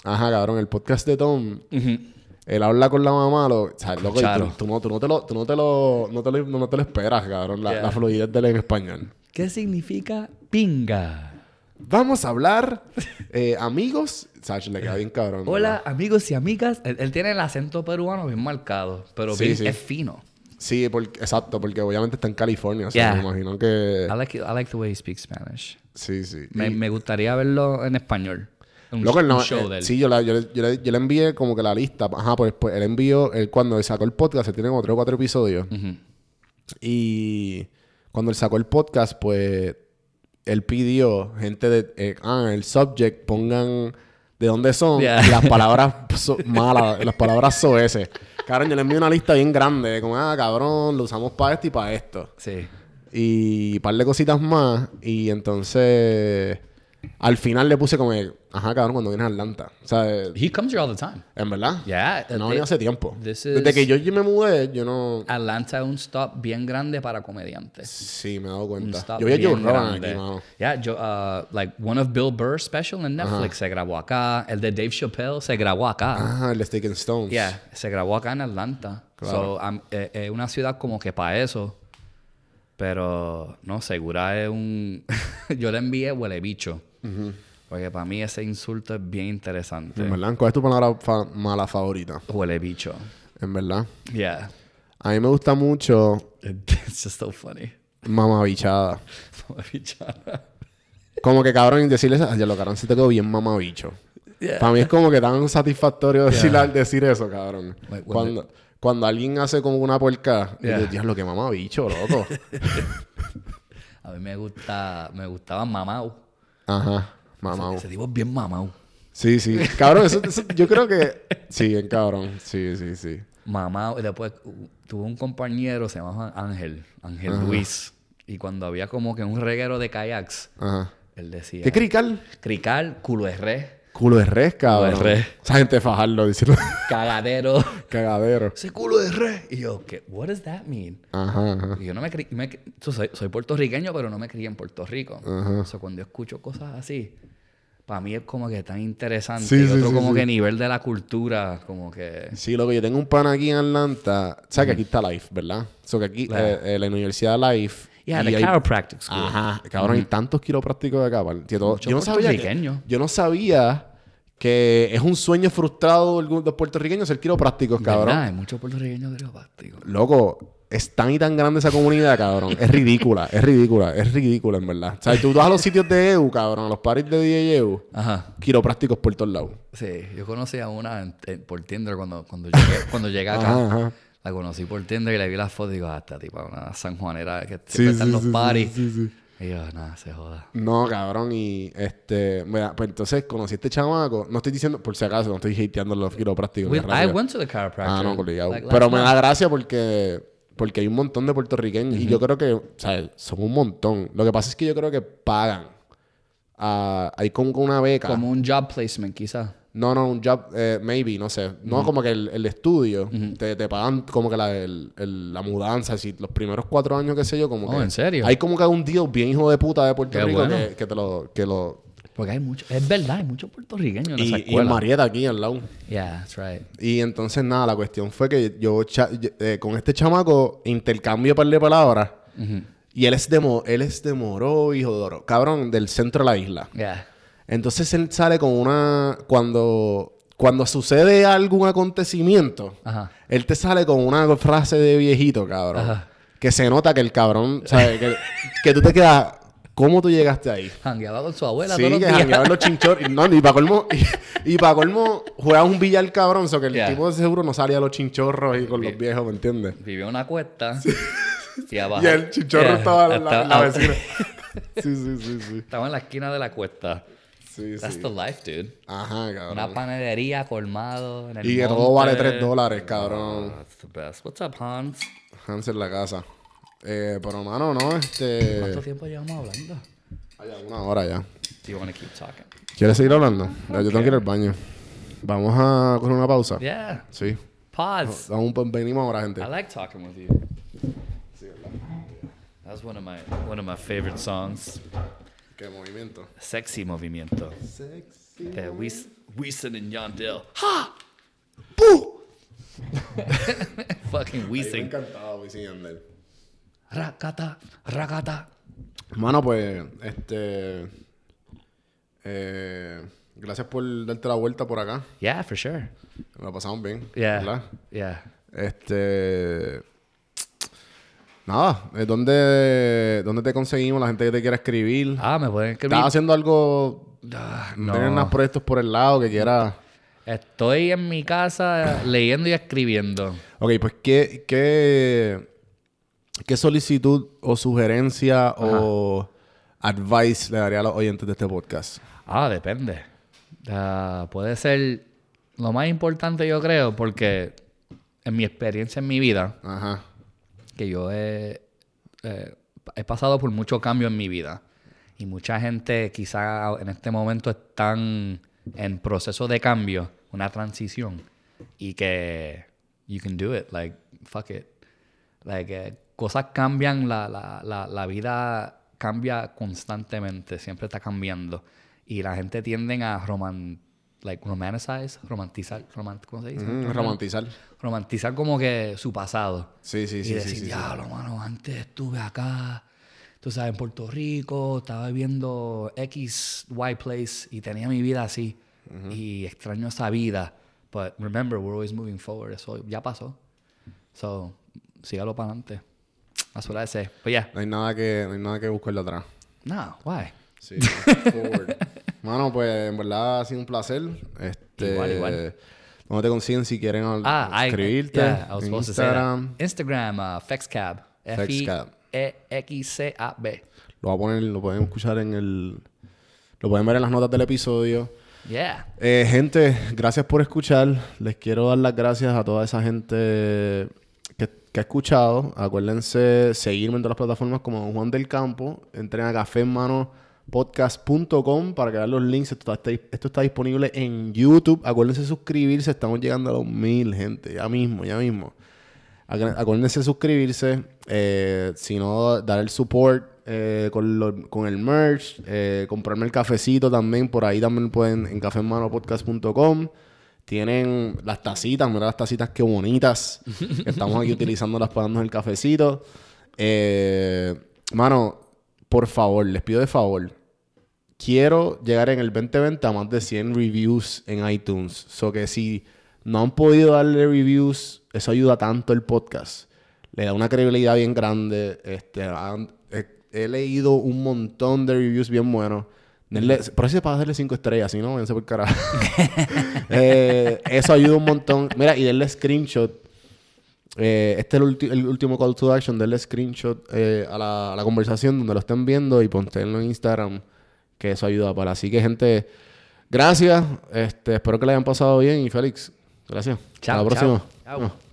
Ajá, cabrón. El podcast de Tom... Ujú. Él habla con la mamá, lo, o sea, loco, y Charo. tú, tú no, tú no te lo, tú no te lo, no te lo, no te lo esperas, cabrón, la, Yeah. la fluidez del en español. ¿Qué significa pinga? Vamos a hablar, eh, amigos, o sea, le queda bien cabrón. Hola, ¿verdad? amigos y amigas. Él, él tiene el acento peruano bien marcado, pero Sí, bien- sí. es fino. Sí, porque, exacto, porque obviamente está en California, o sea, Yeah. me imagino que, I like, it- I like the way he speaks Spanish. sí, sí. Me, Y- me gustaría verlo en español. Un, Loco, él un no, show eh, de él. sí, yo, la- yo le- yo le, yo le envié como que la lista. Ajá, pues, pues él envió, él cuando él sacó el podcast, él tiene como tres o cuatro episodios. Y cuando él sacó el podcast, pues él pidió gente de, eh, ah, en el subject pongan de dónde son Yeah. y las palabras so- malas, las palabras soeces. Cabrón, yo le envié una lista bien grande, de como, ah, cabrón, lo usamos para esto y para esto Sí. y un par de cositas más. Y entonces, al final le puse como, que, ajá, cabrón, cuando vienes a Atlanta. O sea, eh, He comes here all the time. en verdad. Yeah. No they- venía hace tiempo. eh, this Desde is- que yo me mudé, yo no. Atlanta es un stop bien grande para comediantes. Sí, me he dado Un cuenta. Mm, stop Yo vi a bien Joe Rogan grande. aquí, mano. Yeah, yo, uh, like one of Bill Burr's special en Netflix se grabó acá. El de Dave Chappelle se grabó acá. Ajá, Ah, el de Steak and Stones. Yeah, se grabó acá en Atlanta. So, am- eh, eh, una ciudad como que para eso. Pero, no, segura es un... yo le envié huele bicho. Porque para mí ese insulto es bien interesante. En verdad, ¿cuál es tu palabra fa- mala favorita? Huele bicho. En verdad. Yeah. A mí me gusta mucho It- it's just so funny. mamabichada. Mamabichada. Como que cabrón, y decirles, "Ah, ya lo cabrón, se te quedó bien mamabicho. Para mí es como que tan satisfactorio decir, al decir eso, cabrón. Like, what cuando, cuando alguien hace como una puerca, y Yeah. dices, "Diablo, que mamabicho, loco. A mí me gusta, me gustaba mamau. Ajá, mamá. Ese tipo es bien mamau. Sí, sí. Cabrón, eso, eso- yo creo que. Sí, bien cabrón. Sí, sí, sí. Mamau. Y después uh, tuve un compañero, se llamaba Ángel, Ángel Luis. Y cuando había como que un reguero de kayaks, Ajá. él decía... ¿Qué crical? Crical, culo de re, Culo de res, cabrón. Culo de res. Esa gente de fajarlo, decirlo. cagadero. Cagadero. Ese culo de re. Y yo, ¿qué? What does that mean? Ajá, ajá. Y yo no me, cri- me cri- so- soy, soy puertorriqueño, pero no me crié en Puerto Rico. O sea, cuando yo escucho cosas así, para mí es como que tan interesante. Sí, y sí, otro sí, como sí. que nivel de la cultura, como que... Sí, loco, yo tengo un pana aquí en Atlanta. ¿Sabes que aquí está Life, verdad? O sea, que aquí, eh, eh, la Universidad Life. Yeah, y the hay- chiropractic school. Ajá, cabrón, hay tantos quiroprácticos de acá. pal. Tío, todo- pues, Muchos yo no sabía. Que, puertorriqueños. yo no sabía que es un sueño frustrado de algunos- de los puertorriqueños ser quiroprácticos, ¿Verdad? cabrón. Hay muchos puertorriqueños quiroprácticos. Loco, es tan y tan grande esa comunidad, cabrón. Es ridícula, es ridícula, es ridícula, en verdad. O sea, tú vas a los sitios de EU, cabrón, a los paris de DJ EU, Ajá. quiroprácticos por todos lados. Sí, yo conocí a una en- en- por Tinder cuando, cuando, llegué, cuando llegué acá. Ajá, ajá. La conocí por Tinder y le vi las fotos y digo, ah, esta tipa, una sanjuanera que siempre Sí, está en sí, los sí, parties. sí, sí, sí. Y yo, nada, se joda. No, cabrón, y este. Mira, pues entonces conocí a este chamaco. No estoy diciendo, por si acaso, no estoy hateando los quiroprácticos. We- qué I rabia. went to the chiropractor. Ah, no, obligado. like, Pero last me month. da gracia porque, porque hay un montón de puertorriqueños y yo creo que, o sea, son un montón. Lo que pasa es que yo creo que pagan. Ah, hay como que una beca. Como un job placement, quizás. No, no, un job, eh, maybe, no sé. No, como que el, el estudio, te, te pagan como que la, el- el- la mudanza, así, los primeros cuatro años, qué sé yo, como Oh, que... ¿en serio? Hay como que un deal bien hijo de puta de Puerto Qué Rico bueno. que, que te lo... Que lo Porque hay muchos, es verdad, hay muchos puertorriqueños en esa y, y en escuela. Marieta aquí al lado. yeah, that's right. Y entonces, nada, la cuestión fue que yo, cha- yo- eh, con este chamaco intercambio par de palabras. Mm-hmm. Y él es de, Mo- él es de Moro, hijo de Oro. Cabrón, del centro de la isla. Yeah. Entonces él sale con una. Cuando, cuando sucede algún acontecimiento, Ajá. él te sale con una frase de viejito, cabrón. Ajá. Que se nota que el cabrón. ¿sabes? que, que tú te quedas. ¿Cómo tú llegaste ahí? Jangueaba con su abuela Sí, todos los que días. jangueaban los chinchorros. Y No, ni para colmo. Y, para colmo juega un billar cabrón. O sea, que el Yeah. tipo de seguro no salía a los chinchorros y con los viejos, ¿me entiendes? Vivía en una cuesta. Y abajo. Y el chinchorro yeah, estaba en la, estaba- en la vecina. sí, sí, sí, sí. Estaba en la esquina de la cuesta. Sí, That's sí. the life, dude. Ajá, cabrón. Una panadería, colmado. En el Y que todo monte. Ah, vale 3 dólares, cabrón. Eh. That's the best. What's up, Hans? Hans en la casa. Eh, pero, mano, no, ¿Cuánto este. tiempo llevamos hablando? Vaya, una hora ya. Do you want to keep talking? ¿Quieres seguir hablando? Ya, Yo tengo que ir al baño. Vamos a coger una pausa. Yeah. Sí. Pause. Vamos, venimos ahora, gente. I like talking with you. That's one of my one of my favorite songs. Qué movimiento. Sexy movimiento. Sexy. Yeah, Wees, Weeson and Yandel. ¡Puh! Fucking Me Weeson. encantaba Wisin y Yandel. Rakata, rakata. Mano, pues, este. eh, gracias por darte la vuelta por acá. Yeah, for sure. La pasamos bien. Yeah. ¿Verdad? Yeah. Este. Nada, eh, ¿dónde, ¿dónde te conseguimos? La gente que te quiera escribir. Ah, me pueden escribir. ¿Estás haciendo algo? Ah, ¿Tienes unos no. proyectos por el lado que quieras? Estoy en mi casa eh, leyendo y escribiendo. Ok, pues, ¿qué, qué, qué solicitud o sugerencia o advice le daría a los oyentes de este podcast? Ah, depende. Ah, puede ser lo más importante, yo creo, porque en mi experiencia en mi vida, Ajá. que yo he, eh, he pasado por mucho cambio en mi vida. Y mucha gente quizá en este momento están en proceso de cambio, una transición. Y que you can do it, like, fuck it. Like, eh, cosas cambian, la, la, la, la vida cambia constantemente, siempre está cambiando. Y la gente tiende a roman, like, romanticize, romantizar, romant- ¿cómo se dice? Mm, romantizar. Romantizar como que su pasado Sí, sí, y sí, sí, decir, sí, sí. diablo, mano, antes estuve acá, tú sabes, en Puerto Rico, estaba viendo X, Y place y tenía mi vida así. Y extraño esa vida. But remember, we're always moving forward. Eso ya pasó. So, sígalo para adelante. That's what I say. But yeah. No hay nada que, no hay nada que buscarle atrás. No, why? Sí, forward. Mano, pues en verdad ha sido un placer. Este, Igual, igual. ¿Dónde te consiguen si quieren al- Ah, I, escribirte? yeah, I was en supposed Instagram. to say that. Instagram, uh, FexCab. E Fexcab. F-E-X-C-A-B. Lo, va a poner, lo pueden escuchar en el. Lo pueden ver en las notas del episodio. Yeah. Eh, gente, gracias por escuchar. Les quiero dar las gracias a toda esa gente que, que ha escuchado. Acuérdense seguirme en todas las plataformas como Don Juan del Campo. Entren a cafemanopodcast.com para que vean los links. Esto está, este, esto está disponible en YouTube. Acuérdense suscribirse. Estamos llegando a los mil, gente. Ya mismo, ya mismo. Acu- Acuérdense de suscribirse. eh, si no, dar el support eh, con, lo- con el merch. eh, comprarme el cafecito también. Por ahí también pueden en cafemanopodcast.com. Tienen las tacitas, mira las tacitas qué bonitas. que Estamos aquí utilizándolas para darnos el cafecito. Eh, mano, por favor, les pido de favor. Quiero llegar en el 2020 a más de 100 reviews en iTunes. So que si no han podido darle reviews, eso ayuda tanto el podcast. Le da una credibilidad bien grande. Este, han- he, he leído un montón de reviews bien buenos. Denle- por eso es para darle 5 estrellas, si no, váyanse por carajo. Eh, eso ayuda un montón. Mira, y denle screenshot. Eh, este es el, ulti- el último call to action. Denle screenshot eh, a, la, a la conversación donde lo estén viendo y pontenlo en Instagram, que eso ayuda para. Así que, gente, gracias. Este, espero que la hayan pasado bien. Y Félix, gracias. Chao, Hasta la próxima. chao, chao. Ah.